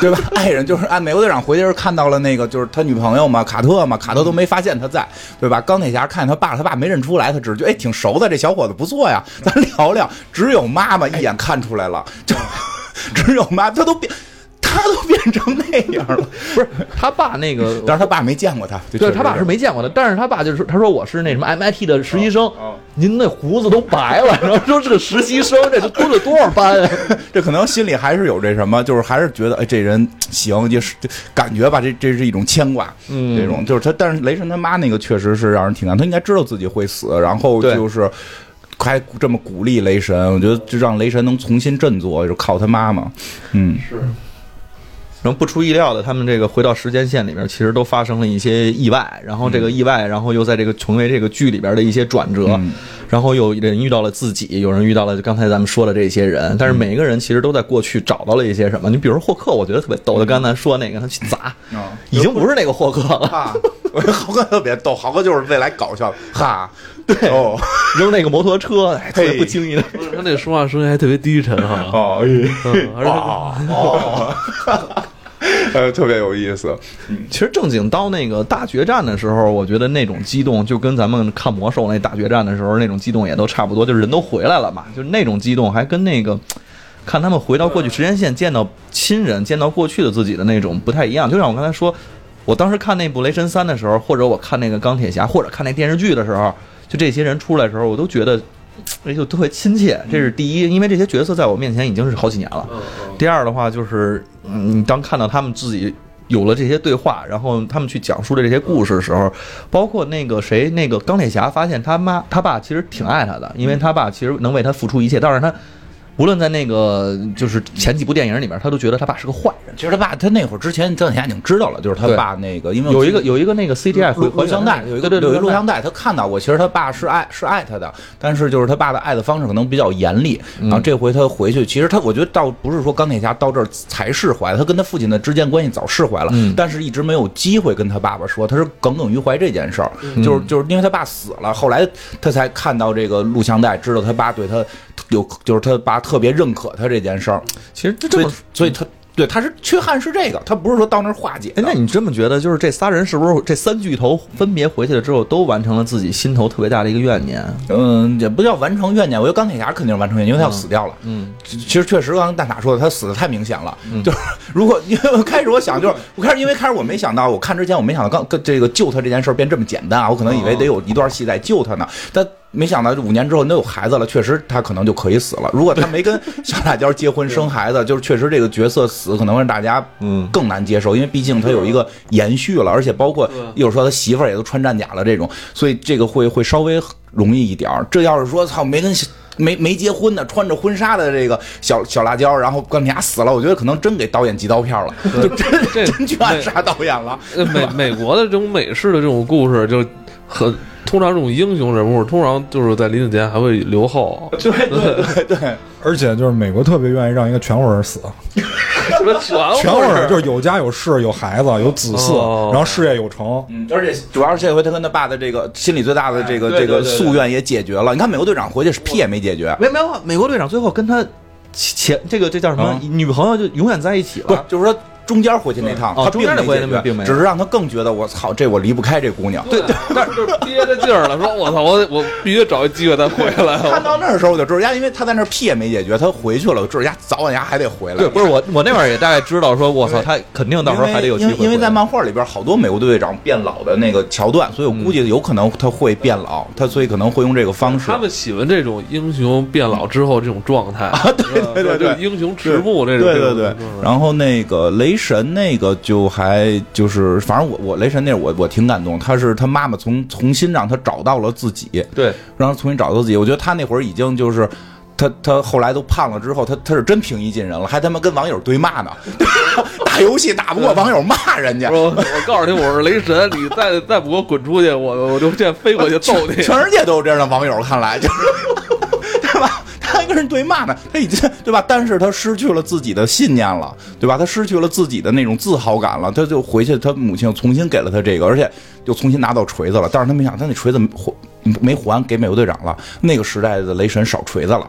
Speaker 4: 对 吧？爱人就是哎按美国队长回去时候看到了那个，就是他女朋友嘛，卡特嘛，卡特都没发现他在，对吧？钢铁侠看见他爸，他爸没认出来，他只是觉得哎挺熟的，这小伙子不错呀，咱聊聊。只有妈妈一眼看出来了， 就只有妈，他都变，他都变成那样了。
Speaker 3: 不是他爸 那个，
Speaker 4: 但是他爸没见过他，就
Speaker 3: 对
Speaker 4: 确实
Speaker 3: 他爸是没见过的，但是他爸就是他说我是那什么 MIT 的实习生
Speaker 4: 哦，
Speaker 3: 您那胡子都白了， 然后说是个实习生，这都蹲了多少班啊？
Speaker 4: 这可能心里还是有这什么，就是还是觉得哎，这人行，就是这感觉吧，这这是一种牵挂，
Speaker 3: 嗯
Speaker 4: 这种就是他。但是雷神他妈那个确实是让人挺难，他应该知道自己会死，然后
Speaker 3: 对
Speaker 4: 就是还这么鼓励雷神，我觉得就让雷神能重新振作，就是靠他妈妈。嗯，
Speaker 3: 然后不出意料的，他们这个回到时间线里面，其实都发生了一些意外，然后这个意外，然后又在这个成为这个剧里边的一些转折，
Speaker 4: 嗯
Speaker 3: 然后有人遇到了自己，有人遇到了刚才咱们说的这些人，但是每一个人其实都在过去找到了一些什么。你比如说霍克，我觉得特别逗的，刚才说那个他去砸，已经不是那个霍克了，
Speaker 4: 哈，我觉得豪哥特别逗，豪哥就是未来搞笑，哈， 对哦
Speaker 3: 扔那个摩托车，哎，特别不经意的。
Speaker 1: 不是他那说话声音还特别低沉哈，
Speaker 4: 哦，
Speaker 1: 嗯，而且他
Speaker 4: 哇 哦，呃，特别有意思，
Speaker 3: 其实正经到那个大决战的时候，我觉得那种激动就跟咱们看魔兽那大决战的时候那种激动也都差不多，就是人都回来了嘛，就是那种激动还跟那个 看他们回到过去时间线见到亲人、见到过去的自己的那种不太一样。就像我刚才说，我当时看那部《雷神三》的时候，或者我看那个钢铁侠，或者看那电视剧的时候，就这些人出来的时候，我都觉得。哎，就特别亲切，
Speaker 4: 嗯
Speaker 3: 这是第一，因为这些角色在我面前已经是好几年了。
Speaker 4: 嗯
Speaker 3: 第二的话就是，嗯，你当看到他们自己有了这些对话，然后他们去讲述的这些故事的时候，包括那个谁，那个钢铁侠发现他妈他爸其实挺爱他的，因为他爸其实能为他付出一切，但是他无论在那个就是前几部电影里面，他都觉得他爸是个坏人。
Speaker 4: 其实他爸他那会儿之前钢铁侠已经知道了，就是他
Speaker 3: 对
Speaker 4: 爸那个，因为我
Speaker 3: 有一
Speaker 4: 记
Speaker 3: 个有一个那个 CGI 回
Speaker 4: 录录像带，有一个
Speaker 3: 对对
Speaker 4: 有一个录像
Speaker 3: 带，
Speaker 4: 带，他看到过。其实他爸是爱是爱他的，但是就是他爸的爱的方式可能比较严厉。然
Speaker 3: 嗯
Speaker 4: 后这回他回去，其实他我觉得倒不是说钢铁侠到这儿才释怀，他跟他父亲的之间关系早释怀了，
Speaker 3: 嗯
Speaker 4: 但是一直没有机会跟他爸爸说，他是耿耿于怀这件事儿。
Speaker 3: 嗯
Speaker 4: 就是就是因为他爸死了，后来他才看到这个录像带，知道他爸对他有就是他爸特别认可他这件事儿，
Speaker 3: 其实这
Speaker 4: 所
Speaker 3: 么
Speaker 4: 以所以他对他是缺憾是这个，他不是说到那儿化解的。
Speaker 3: 哎，那你这么觉得，就是这仨人是不是这三巨头分别回去了之后，都完成了自己心头特别大的一个怨念？
Speaker 4: 嗯，也不叫完成怨念，我觉得钢铁侠肯定是完成怨念，因为他要死掉了。嗯，其实确实，刚刚蛋塔说的，他死的太明显了。就是如果因为我开始我想就是，我开始因为开始我没想到，我看之前我没想到刚跟这个救他这件事儿变这么简单啊，我可能以为得有一段戏在救他呢，但。没想到这五年之后，那有孩子了，确实他可能就可以死了。如果他没跟小辣椒结婚生孩子，就是确实这个角色死可能让大家
Speaker 3: 嗯
Speaker 4: 更难接受，因为毕竟他有一个延续了，而且包括
Speaker 1: 对
Speaker 4: 一会儿说他媳妇儿也都穿战甲了这种，所以这个会会稍微容易一点儿。这要是说操没跟小没没结婚的，穿着婚纱的这个小小辣椒，然后钢铁侠死了，我觉得可能真给导演寄刀片 了，就真
Speaker 1: 这
Speaker 4: 真去暗杀导演了。
Speaker 1: 呃美美国的这种美式的这种故事，就很通常这种英雄人物，通常就是在临死前还会留 后，
Speaker 4: 对对对对，
Speaker 2: 而且就是美国特别愿意让一个全乎人死，
Speaker 1: 什么 全
Speaker 2: 全乎人就是有家有室有孩子有子嗣，
Speaker 1: 哦
Speaker 2: 然后事业有成，
Speaker 4: 嗯，而且主要是这回他跟他爸的这个心里最大的这个
Speaker 3: 哎对
Speaker 4: 这个
Speaker 3: 对对对
Speaker 4: 夙愿也解决了。你看美国队长回去是屁也没解决，
Speaker 3: 没没有，啊美国队长最后跟他前这个这叫什么、
Speaker 4: 啊
Speaker 3: 女朋友就永远在一起
Speaker 4: 不是
Speaker 3: 了。
Speaker 4: 就是说。中间回去那趟，
Speaker 3: 啊哦
Speaker 4: 他
Speaker 3: 中间的回去
Speaker 4: 没解决
Speaker 3: 并没有
Speaker 4: 只是让他更觉得我操，这我离不开这姑娘。
Speaker 1: 对，但是就是憋着劲儿了，说我操，我我必须找一机会再回
Speaker 4: 看
Speaker 1: 来。
Speaker 4: 到那儿的时候我就知道，呀，因为他在那儿屁也没解决，他回去了，我知道呀，早晚呀还得回来。
Speaker 3: 对，不是我， 我那会儿也大概知道，说我操，他肯定到时候还得有机
Speaker 4: 因
Speaker 3: 会
Speaker 4: 为因为因为在
Speaker 3: 回来
Speaker 4: 漫画里边好多美国队队长变老的那个桥段，所以我
Speaker 3: 嗯
Speaker 4: 估计有可能他会变老，他所以可能会用这个方式
Speaker 1: 他。们喜欢这种英雄变老之后这种状态，对
Speaker 4: 啊对对对
Speaker 1: 英雄迟暮这种，
Speaker 4: 对对
Speaker 1: 这
Speaker 4: 对
Speaker 1: 种
Speaker 3: 嗯
Speaker 1: 状，态
Speaker 4: 然后那个雷神那个就还就是，反正我我雷神那我我挺感动，他是他妈妈从重新让他找到了自己，
Speaker 3: 对，
Speaker 4: 让他重新找到自己。我觉得他那会儿已经就是。他他后来都胖了之后，他他是真平易近人了，还他妈跟网友对骂呢， 打游戏打不过网友骂人家
Speaker 1: 我，说我告诉你，我是雷神，你再再不给我滚出去，我我就现在飞过去揍你。
Speaker 4: 全世界都有这样的网友，看来就是，对吧？他还跟人对骂呢，他已经对吧？但是他失去了自己的信念了，对吧？他失去了自己的那种自豪感了，他就回去，他母亲又重新给了他这个，而且又重新拿到锤子了。但是他没想，他那锤子没没还给美国队长了。那个时代的雷神少锤子了，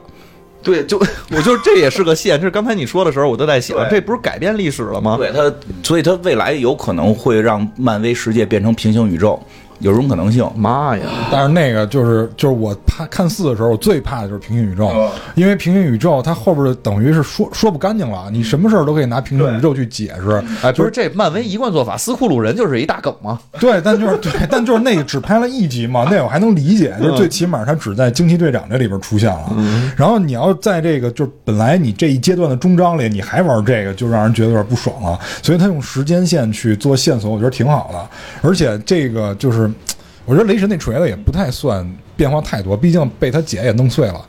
Speaker 3: 对，就 我就这也是个线，就是刚才你说的时候，我都在想，
Speaker 4: 对
Speaker 3: 这不是改变历史了吗？
Speaker 4: 对他，所以他未来有可能会让漫威世界变成平行宇宙，有这种可能性。
Speaker 3: 妈
Speaker 4: 啊
Speaker 3: 呀，
Speaker 2: 但是那个就是就是我怕看四的时候，我最怕的就是平行宇宙，因为平行宇宙它后边就等于是说说不干净了，你什么事儿都可以拿平行宇宙去解释。
Speaker 3: 哎，不是这漫威一贯做法，斯库鲁人就是一大梗吗？
Speaker 2: 对，但就是对，但就是那个只拍了一集嘛，那我还能理解，就是最起码它只在惊奇队长这里边出现了。然后你要在这个就是本来你这一阶段的终章里，你还玩这个，就让人觉得有点不爽了。所以他用时间线去做线索，我觉得挺好的。而且这个就是，我觉得雷神那锤子也不太算变化太多，毕竟被他姐也弄碎了，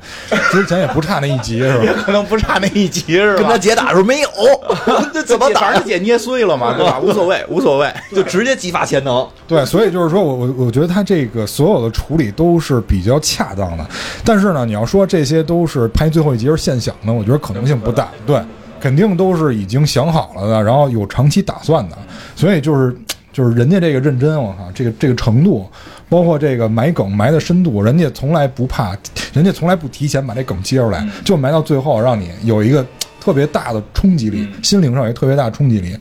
Speaker 2: 之前也不差那一集是吧？
Speaker 4: 可能不差那一集是吧？
Speaker 3: 跟他姐打的时 候没有， 这怎么
Speaker 4: 姐反
Speaker 3: 打
Speaker 4: 正？姐捏碎了嘛，对吧？无所谓， 无所谓。
Speaker 3: 就直接激发潜能。
Speaker 2: 对，所以就是说我我我觉得他这个所有的处理都是比较恰当的，但是呢，你要说这些都是拍最后一集是现想的，我觉得可能性不大，对，肯定都是已经想好了的，然后有长期打算的，所以就是就是人家这个认真，我靠，这个这个程度，包括这个埋梗埋的深度，人家从来不怕，人家从来不提前把这梗接出来，就埋到最后，让你有一个特别大的冲击力，心灵上有一个特别大的冲击力，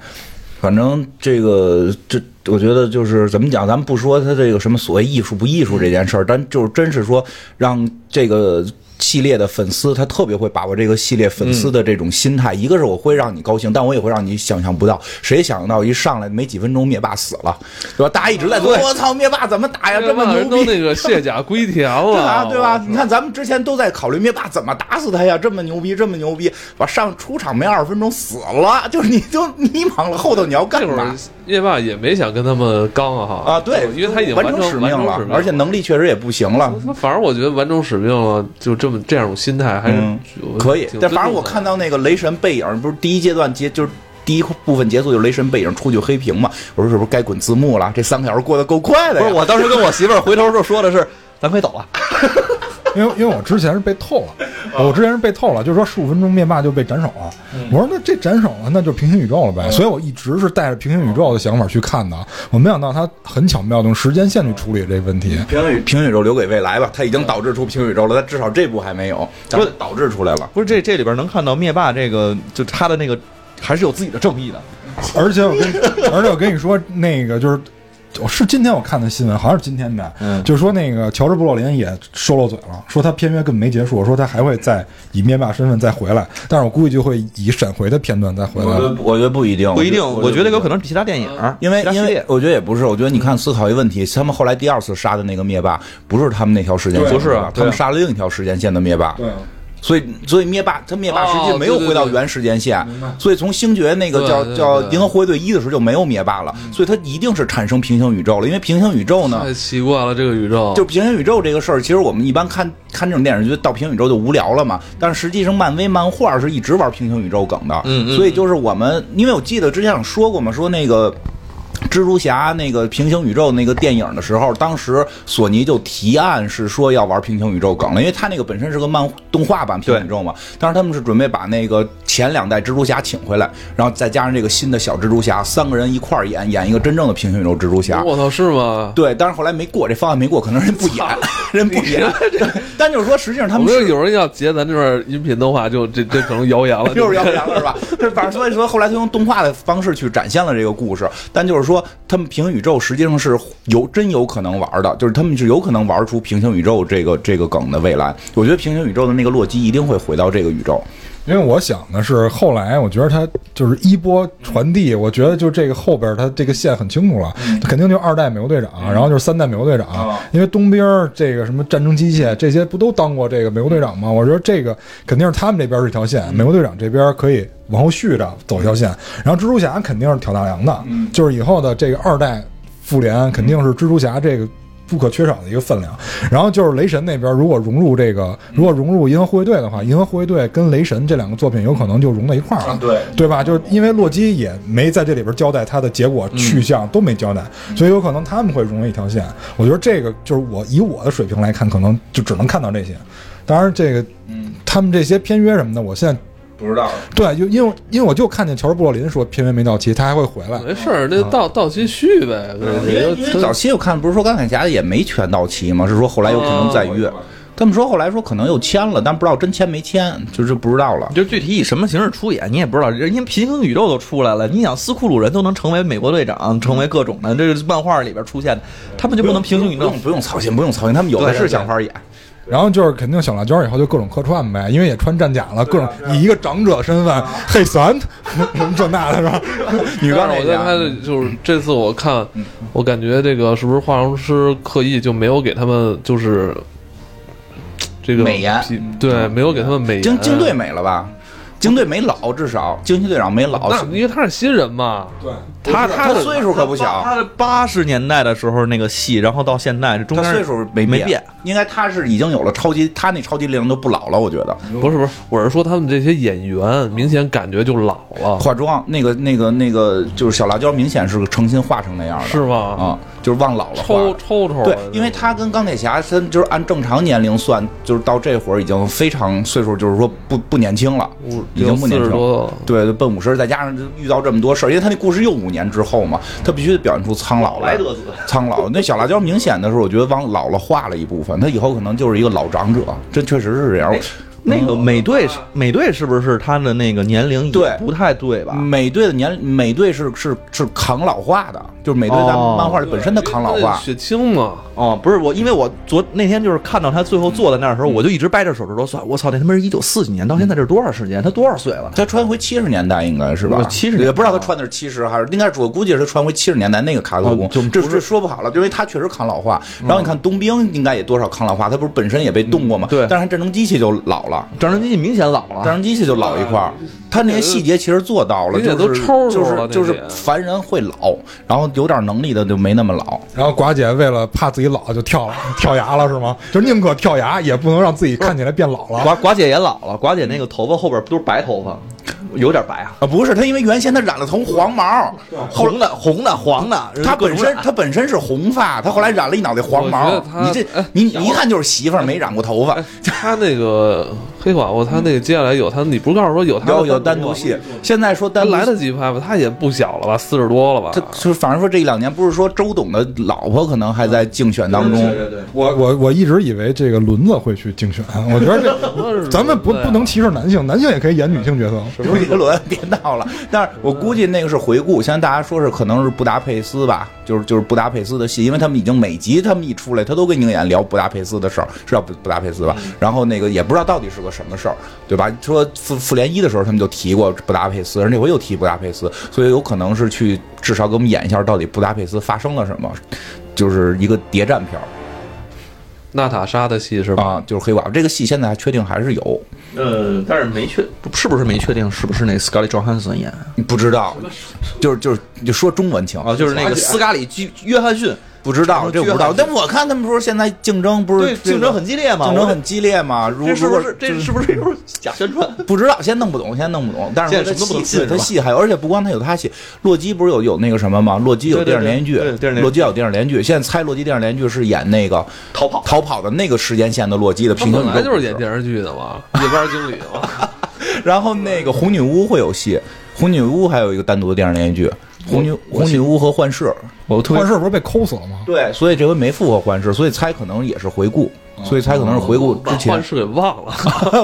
Speaker 4: 反正这个这，我觉得就是怎么讲，咱们不说他这个什么所谓艺术不艺术这件事儿，但就是真是说让这个。系列的粉丝，他特别会把握这个系列粉丝的这种心态。一个是我会让你高兴，但我也会让你想象不到。谁想到一上来没几分钟灭霸死了，对吧？大家一直在说：“我操，灭霸怎么打呀？这么牛
Speaker 1: 人都
Speaker 4: 逼！”
Speaker 1: 那个卸甲归田了，
Speaker 4: 对啊吧？对吧？你看，咱们之前都在考虑灭霸怎么打死他呀，这么牛逼，这么牛逼，完上出场没二十分钟死了，就是你就迷茫了，后头你要干
Speaker 1: 那会儿
Speaker 4: 嘛？
Speaker 1: 灭霸也没想跟他们刚啊哈
Speaker 4: 啊，对，
Speaker 1: 因为他已经
Speaker 4: 完
Speaker 1: 成
Speaker 4: 使命
Speaker 1: 完成
Speaker 4: 了
Speaker 1: 使，
Speaker 4: 而且能力确实也不行了。
Speaker 3: 嗯
Speaker 1: 反正我觉得完成使命了，就这么这样种心态还是
Speaker 4: 嗯
Speaker 1: 就
Speaker 4: 可以
Speaker 1: 挺，
Speaker 4: 但反正我
Speaker 1: 尊重的
Speaker 4: 看到那个雷神背影，不是第一阶段结就是。第一部分结束就是雷神背影出去黑屏嘛，我说是不是该滚字幕了？这三个小时过得够快的
Speaker 3: 不
Speaker 4: 呀！
Speaker 3: 是，我当时跟我媳妇儿回头就说的是，咱快走吧。
Speaker 2: 因为因为我之前是被透了，我之前是被透了，就是说十五分钟灭霸就被斩首了。我说那这斩首了，那就平行宇宙了呗。所以我一直是带着平行宇宙的想法去看的。我没想到他很巧妙地用时间线去处理这个问题。
Speaker 4: 平行宇平行宇宙留给未来吧，它已经导致出平行宇宙了，它至少这部还没有，但是导致出来了。
Speaker 3: 不是这这里边能看到灭霸这个，就他的那个还是有自己的正义的。
Speaker 2: 而且我跟，而且我跟你说，那个就是。我是今天我看的新闻，好像是今天的，
Speaker 3: 嗯
Speaker 2: 就是说那个乔治·布洛林也收了嘴了，说他片约根本没结束，说他还会再以灭霸身份再回来，但是我估计就会以闪回的片段再回
Speaker 4: 我
Speaker 2: 来
Speaker 4: 觉
Speaker 2: 了。
Speaker 4: 得我觉得不一定，
Speaker 3: 不一定，我觉得有
Speaker 4: 能。
Speaker 3: 可能是其他电影，
Speaker 4: 嗯因为
Speaker 3: 其他系
Speaker 4: 因
Speaker 3: 列
Speaker 4: 为我觉得也不是，我觉得你看思考一个问题，他们后来第二次杀的那个灭霸不是他们那条时间线的
Speaker 3: 对
Speaker 4: 灭霸，
Speaker 3: 不是啊
Speaker 4: 他们
Speaker 3: 对啊
Speaker 4: 杀了另一条时间线的灭霸，
Speaker 2: 对啊，
Speaker 4: 所以所以灭霸他灭霸实际
Speaker 1: 哦
Speaker 4: 没有
Speaker 1: 对对
Speaker 4: 回到
Speaker 1: 对
Speaker 4: 原时间线，
Speaker 2: 明白
Speaker 4: 所以从星爵那个
Speaker 1: 对
Speaker 4: 叫
Speaker 1: 对嗯
Speaker 4: 叫
Speaker 1: 对
Speaker 4: 银河护卫队一的时候就没有灭霸了，所以它一定是产生平行宇宙了，因为平行宇宙呢
Speaker 1: 太奇怪了，这个宇
Speaker 3: 哦
Speaker 1: 宙
Speaker 4: 就平行宇宙这个事儿，其实我们一般看看这种电影，觉得到平行宇宙就无聊了嘛。但是实际上，漫威漫画是一直玩平行宇宙梗的，
Speaker 3: 嗯嗯
Speaker 4: 所以就是我们，因为我记得之前有说过嘛，说那个。蜘蛛侠那个平行宇宙那个电影的时候，当时索尼就提案是说要玩平行宇宙梗了，因为他那个本身是个漫动画版平行宇宙嘛。当时他们是准备把那个前两代蜘蛛侠请回来，然后再加上这个新的小蜘蛛侠，三个人一块儿演演一个真正的平行宇宙蜘蛛侠。
Speaker 1: 我操是吗？
Speaker 4: 对，但是后来没过，这方案没过，可能人不演， 人不演。 但就是说，实际上他
Speaker 1: 我
Speaker 4: 们
Speaker 1: 觉得
Speaker 4: 是。
Speaker 1: 有人要截咱这段音频的话，就这这可能谣言 了，
Speaker 4: 就是要不然了是吧？对，反正所以说，后来他用动画的方式去展现了这个故事。但就是说，他们平行宇宙实际上是有真有可能玩的，就是他们是有可能玩出平行宇宙这个这个梗的未来。我觉得平行宇宙的那个洛基一定会回到这个宇宙。
Speaker 2: 因为我想的是，后来我觉得他就是一波传递，我觉得就这个后边他这个线很清楚了，肯定就二代美国队长，然后就是三代美国队长，因为东边儿这个什么战争机械这些不都当过这个美国队长吗？我觉得这个肯定是他们这边是一条线，美国队长这边可以往后续着走一条线，然后蜘蛛侠肯定是挑大梁的，就是以后的这个二代复联肯定是蜘蛛侠这个。不可缺少的一个分量。然后就是雷神那边，如果融入这个，如果融入银河护卫队的话，银河护卫队跟雷神这两个作品有可能就融到一块儿了，
Speaker 4: 对
Speaker 2: 对吧？就是因为洛基也没在这里边交代他的结果去向，都没交代，所以有可能他们会融为一条线。我觉得这个就是我以我的水平来看，可能就只能看到这些。当然，这个他们这些片约什么的，我现在
Speaker 4: 不知道，
Speaker 2: 对，就因为因为我就看见乔治·布洛林说片约没到期，他还会回来。
Speaker 1: 没事儿，那到到期续呗，对
Speaker 4: 嗯因为早期我看不是说钢铁侠也没全到期吗？是说后来有可能再约。他们说后来说可能又签了，但不知道真签没签，就是不知道了。
Speaker 3: 就具体以什么形式出演，你也不知道。人家平行宇宙都出来了，你想斯库鲁人都能成为美国队长，成为各种的，这是漫画里边出现的，他们就不能平行宇
Speaker 4: 不
Speaker 3: 宙
Speaker 4: 用？不用操心，不用操心，他们有的
Speaker 3: 对对
Speaker 4: 是想法演。
Speaker 2: 然后就是肯定小辣椒以后就各种客串呗，因为也穿战甲了，各种以一个长者身份，嘿三什 么这那的是吧？
Speaker 4: 女
Speaker 1: 但
Speaker 4: 刚
Speaker 1: 是
Speaker 4: 那
Speaker 1: 我觉得他
Speaker 4: 家，
Speaker 1: 的就是这次我看，我感觉这个是不是化妆师刻意就没有给他们就是这个
Speaker 4: 美颜
Speaker 1: 皮，对，没有给他们美颜
Speaker 4: 京京队美了吧？惊队没老，至少惊奇队长没老。
Speaker 1: 那啊因为他是新人嘛，
Speaker 2: 对，
Speaker 1: 他
Speaker 4: 他
Speaker 1: 的
Speaker 4: 岁数可不小，
Speaker 3: 他八十年代的时候那个戏，然后到现在，这中
Speaker 4: 他
Speaker 3: 间
Speaker 4: 岁数
Speaker 3: 没
Speaker 4: 没，应该他是已经有了超级，他那超级力量就不老了，我觉得。
Speaker 1: 不是不是，我是说他们这些演员明显感觉就老了，
Speaker 4: 化妆那个那个那个就是小辣椒，明显是诚心画成那样的，
Speaker 1: 是吗
Speaker 4: 啊、就是往老了画
Speaker 1: 抽。抽抽。
Speaker 4: 对，因为他跟钢铁侠，他就是按正常年龄算，就是到这会儿已经非常岁数，就是说不不年轻了，
Speaker 1: 五
Speaker 4: 已经不年
Speaker 1: 四十
Speaker 4: 轻了。
Speaker 1: 多了，
Speaker 4: 对，奔五十，再加上遇到这么多事儿，因为他那故事又五年之后嘛，他必须得表现出苍老来。
Speaker 3: 子。
Speaker 4: 苍老，那小辣椒明显的是，我觉得往老了化了一部分，他以后可能就是一个老长者，这确实是这样。
Speaker 3: 那个美队是美队是不是他的那个年龄
Speaker 4: 嗯对
Speaker 3: 也不太对
Speaker 1: 哎
Speaker 3: 吧？
Speaker 4: 美队的年，美队是是是抗老化的，就是美队在
Speaker 3: 哦
Speaker 4: 漫画里本身的抗老化。
Speaker 1: 血清嘛，
Speaker 3: 哦，不是我，因为我昨那天就是看到他最后坐在那儿的时候，
Speaker 4: 嗯
Speaker 3: 我就一直掰着手指头算，我操，那他妈是一九四几年到现在这是多少时间？他多少岁了？
Speaker 4: 他穿回七十年代应该是吧
Speaker 3: 我？70年代
Speaker 4: 也不知道他穿的是七十还是，应该是我估计是他穿回七十年代那个卡特工
Speaker 3: 哦就，
Speaker 4: 这这说不好了，因为他确实抗老化。然后你看冬兵应该也多少抗老化，他不是本身也被冻过
Speaker 1: 嗯
Speaker 4: 吗？
Speaker 3: 对
Speaker 4: 但是战争机器就老了。
Speaker 1: 啊
Speaker 3: 战争机器明显老了
Speaker 4: 战。争机器就老一块儿，他那些细节其实做到了，
Speaker 1: 人家
Speaker 4: 就是
Speaker 1: 哎都抽
Speaker 4: 就
Speaker 1: 抽
Speaker 4: 是
Speaker 1: 了
Speaker 4: 就是
Speaker 1: 那些
Speaker 4: 凡人会老，然后有点能力的就没那么老。
Speaker 2: 然后寡姐为了怕自己老，就跳了跳崖了，是吗？就宁可跳崖，也不能让自己看起来变老了。
Speaker 3: 寡寡姐也老了，寡姐那个头发后边不都是白头发，有点白啊，
Speaker 4: 啊，不是他，因为原先他染了头黄毛，后来
Speaker 3: 红的、红的、黄的，
Speaker 4: 他
Speaker 3: 各
Speaker 4: 本
Speaker 3: 种
Speaker 4: 身
Speaker 3: 染
Speaker 4: 他本身是红发，他后来染了一脑袋黄
Speaker 1: 我
Speaker 4: 毛
Speaker 1: 觉得。他
Speaker 4: 你这你你一看就是媳妇儿没染过头发
Speaker 1: 哎，，他那个黑寡妇，他那个接下来有他，你不是告诉说有他
Speaker 4: 有
Speaker 1: 的
Speaker 4: 有单独
Speaker 1: 吗
Speaker 4: 戏，现在说
Speaker 1: 他
Speaker 4: 单独
Speaker 1: 来得及拍吗？他也不小了吧，四十多了吧？
Speaker 4: 他就是反正说这一两年不是说周董的老婆可能还在竞选当中，
Speaker 1: 嗯
Speaker 3: 对，
Speaker 2: 我我我一直以为这个轮子会去竞选，我觉得
Speaker 1: 轮
Speaker 2: 这
Speaker 1: 子
Speaker 2: 咱们不
Speaker 1: 呀
Speaker 2: 不能歧视男性，男性也可以演女性角色。
Speaker 4: 周杰伦，别闹了。但是我估计那个是回顾，现在大家说是可能是布达佩斯吧，就是就是布达佩斯的戏，因为他们已经每集他们一出来，他都跟鹰眼聊布达佩斯的事儿，是叫布布达佩斯吧？
Speaker 1: 嗯
Speaker 4: 然后那个也不知道到底是个什么事儿，对吧？说复复联一的时候他们就提过布达佩斯，而那回又提布达佩斯，所以有可能是去至少给我们演一下到底布达佩斯发生了什么，就是一个谍战片儿
Speaker 1: 娜塔莎的戏是吧？
Speaker 4: 啊，就是黑寡妇这个戏现在还确定还是有，
Speaker 3: 呃，但是没确是不是没确定是不是那 Scarlett Johansson 演
Speaker 4: 不知道，就是就是就说中文情
Speaker 3: 啊，就是那个斯卡里基约翰逊，
Speaker 4: 不知道，这我不知道。但我看他们说现在竞争不是这个
Speaker 3: 竞争很激烈嘛，
Speaker 4: 竞争很激烈嘛，如
Speaker 3: 这是
Speaker 4: 如
Speaker 3: 不
Speaker 4: 果
Speaker 3: 是
Speaker 4: 就
Speaker 3: 这是不是又是假宣传？
Speaker 4: 不知道，先弄不懂，先弄不懂。但是
Speaker 3: 现在
Speaker 4: 他
Speaker 3: 什么都不
Speaker 4: 戏
Speaker 3: 能信
Speaker 4: 对他
Speaker 3: 是吧
Speaker 4: 戏还有，而且不光他有他戏，洛基不是有有那个什么吗？洛基有
Speaker 3: 对对
Speaker 4: 电视连续剧，
Speaker 3: 对对电视连续剧
Speaker 4: 洛基有电视连续剧。现在猜洛基电视连续剧是演那个
Speaker 3: 逃跑
Speaker 4: 逃跑的那个时间线的洛基的
Speaker 1: 他
Speaker 4: 平行
Speaker 1: 本来
Speaker 4: 宇宙
Speaker 1: 就是
Speaker 4: 故事
Speaker 1: 演电视剧的嘛，夜班经理嘛。
Speaker 4: 然后那个红女巫会有戏，红女巫还有一个单独的电视连续剧，红女红女巫和幻视。
Speaker 3: 我特
Speaker 2: 幻视不是被抠死了吗？
Speaker 4: 对，所以这回没复活幻视，所以猜可能也是回顾，所以猜可能是回顾
Speaker 1: 嗯把
Speaker 4: 之前。
Speaker 1: 幻视给忘 了，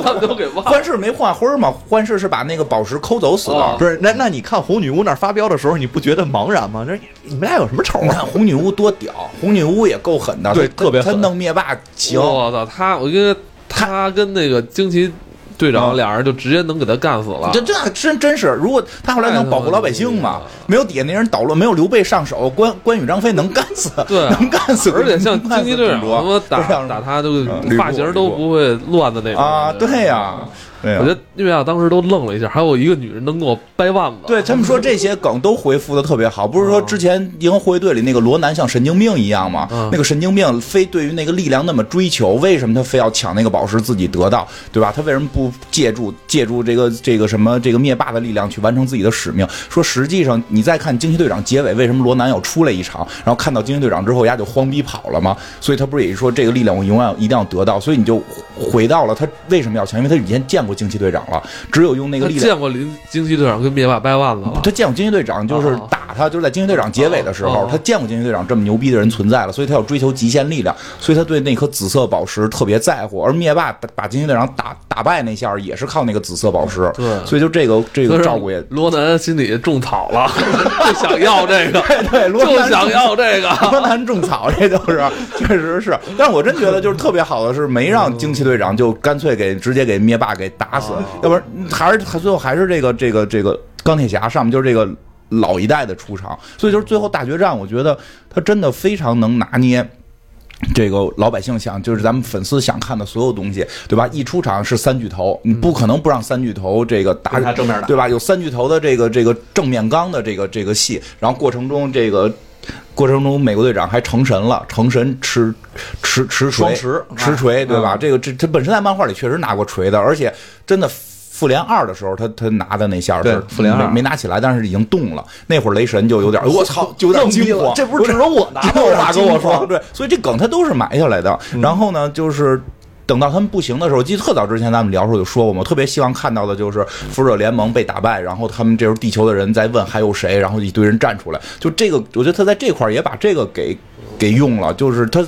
Speaker 1: 他们都给忘了。
Speaker 4: 幻视没幻灰儿嘛？幻视是把那个宝石抠走死的。
Speaker 1: 哦
Speaker 3: 不是那那你看红女巫那儿发飙的时候，你不觉得茫然吗？这你们俩有什么仇
Speaker 4: 你
Speaker 3: 啊？
Speaker 4: 看红女巫多屌，红女巫也够狠的，
Speaker 3: 对
Speaker 4: 她
Speaker 3: 特别狠
Speaker 4: 她弄灭霸行，
Speaker 1: 我操，他我觉得他跟那个惊奇队
Speaker 4: 啊
Speaker 1: 长俩人就直接能给他干死了。
Speaker 4: 这这还真真是，如果他后来能保护老百姓嘛
Speaker 1: 太他妈牛逼，
Speaker 4: 没有底下那人捣乱，没有刘备上手，关关羽、张飞能干死，
Speaker 1: 对啊
Speaker 4: 能干死，
Speaker 1: 而且像
Speaker 4: 能干
Speaker 1: 惊奇
Speaker 4: 死
Speaker 1: 队长
Speaker 4: 董卓
Speaker 1: 他妈
Speaker 4: 不
Speaker 1: 打
Speaker 4: 像
Speaker 1: 打他都
Speaker 4: 啊吕布
Speaker 1: 发型都不会乱的那种
Speaker 4: 啊，对呀、对呀、
Speaker 1: 我觉得月亮当时都愣了一下，还有一个女人能给我掰腕子。
Speaker 4: 对他们说这些梗都回复的特别好，不是说之前《银河护卫队》里那个罗南像神经病一样吗？
Speaker 1: 嗯
Speaker 4: 那个神经病非对于那个力量那么追求，为什么他非要抢那个宝石自己得到，对吧？他为什么不借助借助这个这个什么这个灭霸的力量去完成自己的使命？说实际上你再看惊奇队长结尾，为什么罗南要出来一场，然后看到惊奇队长之后，丫就慌逼跑了吗？所以他不是也是说这个力量我永远一定要得到，所以你就回到了他为什么要抢，因为他以前见过惊奇队长了，只有用那个
Speaker 1: 他
Speaker 4: 力量。
Speaker 1: 见过林惊奇队长跟灭霸掰腕子了。
Speaker 4: 他见过惊奇队长，就是
Speaker 1: 哦
Speaker 4: 打他，就是在惊奇队长结尾的时
Speaker 1: 哦
Speaker 4: 候
Speaker 1: 哦，
Speaker 4: 他见过惊奇队长这么牛逼的人存在了，所以他要追求极限力量，所以他对那颗紫色宝石特别在乎。而灭霸把把惊奇队长打打败那下儿也是靠那个紫色宝石，
Speaker 1: 对
Speaker 4: 所以就这个这
Speaker 1: 所以说
Speaker 4: 个照顾 也。
Speaker 1: 罗南心里种草 了，就想要这个，
Speaker 4: 对， 罗
Speaker 1: 就
Speaker 4: 南
Speaker 1: 想要这个。
Speaker 4: 河南种草，这就是确实是。但是我真觉得就是特别好的是没让惊奇队长就干脆给直接给灭霸给打
Speaker 3: 哦
Speaker 4: 死，要不然还是还最后还是这个这个这个钢铁侠上面就是这个老一代的出场，所以就是最后大决战，我觉得他真的非常能拿捏。这个老百姓想，就是咱们粉丝想看的所有东西，对吧？一出场是三巨头，你不可能不让三巨头这个打
Speaker 3: 跟他正面打
Speaker 4: 对吧？有三巨头的这个这个正面刚的这个这个戏，然后过程中这个。过程中，美国队长还成神了，成神吃吃吃
Speaker 3: 双
Speaker 4: 锤，
Speaker 3: 持啊嗯
Speaker 4: 持锤，对吧？这个这这本身在漫画里确实拿过锤的，而且真的复联二的时候，他他拿的那下儿
Speaker 3: 对
Speaker 4: 是
Speaker 3: 复联二
Speaker 4: 没没拿起来，但是已经动了。那会儿雷神就有点，我操，就有点
Speaker 3: 懵逼
Speaker 4: 惊
Speaker 3: 了
Speaker 4: 慌，
Speaker 3: 这不是只有我拿吗
Speaker 4: 有点
Speaker 3: 我爸跟我说嗯
Speaker 4: 惊慌对，所以这梗他都是埋下来的。然后呢，就是。等到他们不行的时候，我记得特早之前咱们聊的时候就说过嘛，我特别希望看到的就是复仇者联盟被打败，然后他们这时候地球的人在问还有谁，然后一堆人站出来，就这个，我觉得他在这块儿也把这个给给用了，就是他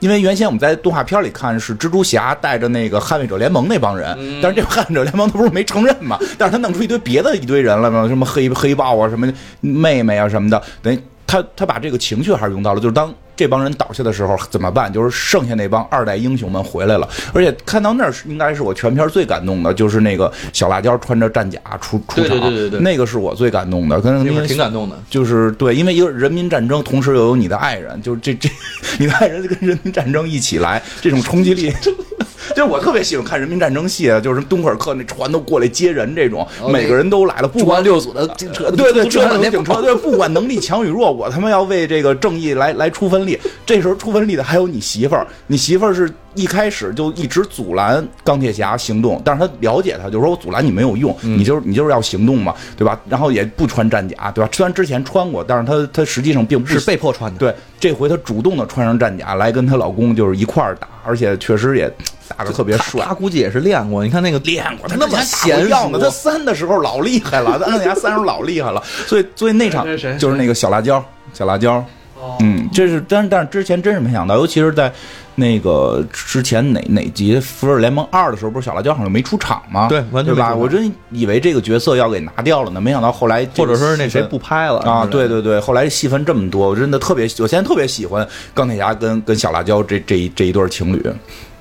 Speaker 4: 因为原先我们在动画片里看是蜘蛛侠带着那个捍卫者联盟那帮人，
Speaker 3: 嗯
Speaker 4: 但是这捍卫者联盟他不是没承认嘛？ 但是他弄出一堆别的一堆人来嘛，什么黑黑豹啊，什么妹妹啊什么的，等于他他把这个情绪还是用到了，就是当这帮人倒下的时候怎么办？就是剩下那帮二代英雄们回来了，而且看到那儿是应该是我全片最感动的，就是那个小辣椒穿着战甲出出
Speaker 3: 对
Speaker 4: 场，
Speaker 3: 对对对对
Speaker 4: 那个是我最感动的，跟
Speaker 3: 那
Speaker 4: 因
Speaker 3: 会儿
Speaker 4: 为
Speaker 3: 挺感动的。
Speaker 4: 就是对，因为一个人民战争，同时又有你的爱人，就是这 这，你的爱人就跟人民战争一起来，这种冲击力， 就是我特别喜欢看人民战争戏啊，就是敦刻尔克那船都过来接人这种，
Speaker 3: 后
Speaker 4: 每个人都来了，不
Speaker 3: 中
Speaker 4: 管
Speaker 3: 央六组的警车，
Speaker 4: 对对，
Speaker 3: 中
Speaker 4: 这
Speaker 3: 央
Speaker 4: 能
Speaker 3: 六
Speaker 4: 警
Speaker 3: 警
Speaker 4: 车，
Speaker 3: 车，
Speaker 4: 哦对，不管能力强与弱，我他妈要为这个正义来来出分力。这时候出分力的还有你媳妇儿，你媳妇儿是一开始就一直阻拦钢铁侠行动，但是他了解他，就说我阻拦你没有用，
Speaker 3: 嗯
Speaker 4: 你就是你就是要行动嘛，对吧？然后也不穿战甲，对吧？虽然之前穿过，但是他他实际上并不
Speaker 3: 是被迫穿的。
Speaker 4: 对，这回她主动的穿上战甲来跟她老公就是一块儿打，而且确实也打的特别帅
Speaker 3: 他。估计也是练过。你看那个
Speaker 4: 练过，他
Speaker 3: 那么娴
Speaker 4: 样的，
Speaker 3: 熟
Speaker 4: 他三的时候老厉害 了，他钢铁侠三时候老厉害了，所以所以那场
Speaker 1: 谁谁谁
Speaker 4: 就是那个小辣椒，小辣椒，
Speaker 3: 哦
Speaker 4: 嗯，这是，但是但是之前真是没想到，尤其是在那个之前哪哪集《复仇者联盟二》的时候，不是小辣椒好像没出场吗？
Speaker 3: 对完
Speaker 4: 对
Speaker 3: 全没
Speaker 4: 吧？
Speaker 3: 出场
Speaker 4: 我真以为这个角色要给拿掉了呢，没想到后来这
Speaker 3: 或
Speaker 4: 个
Speaker 3: 者说是那
Speaker 4: 戏份
Speaker 3: 谁不拍了
Speaker 4: 啊，对对对，后来戏份这么多，我真的特别，我现在特别喜欢钢铁侠跟跟小辣椒这这一这一对儿情侣，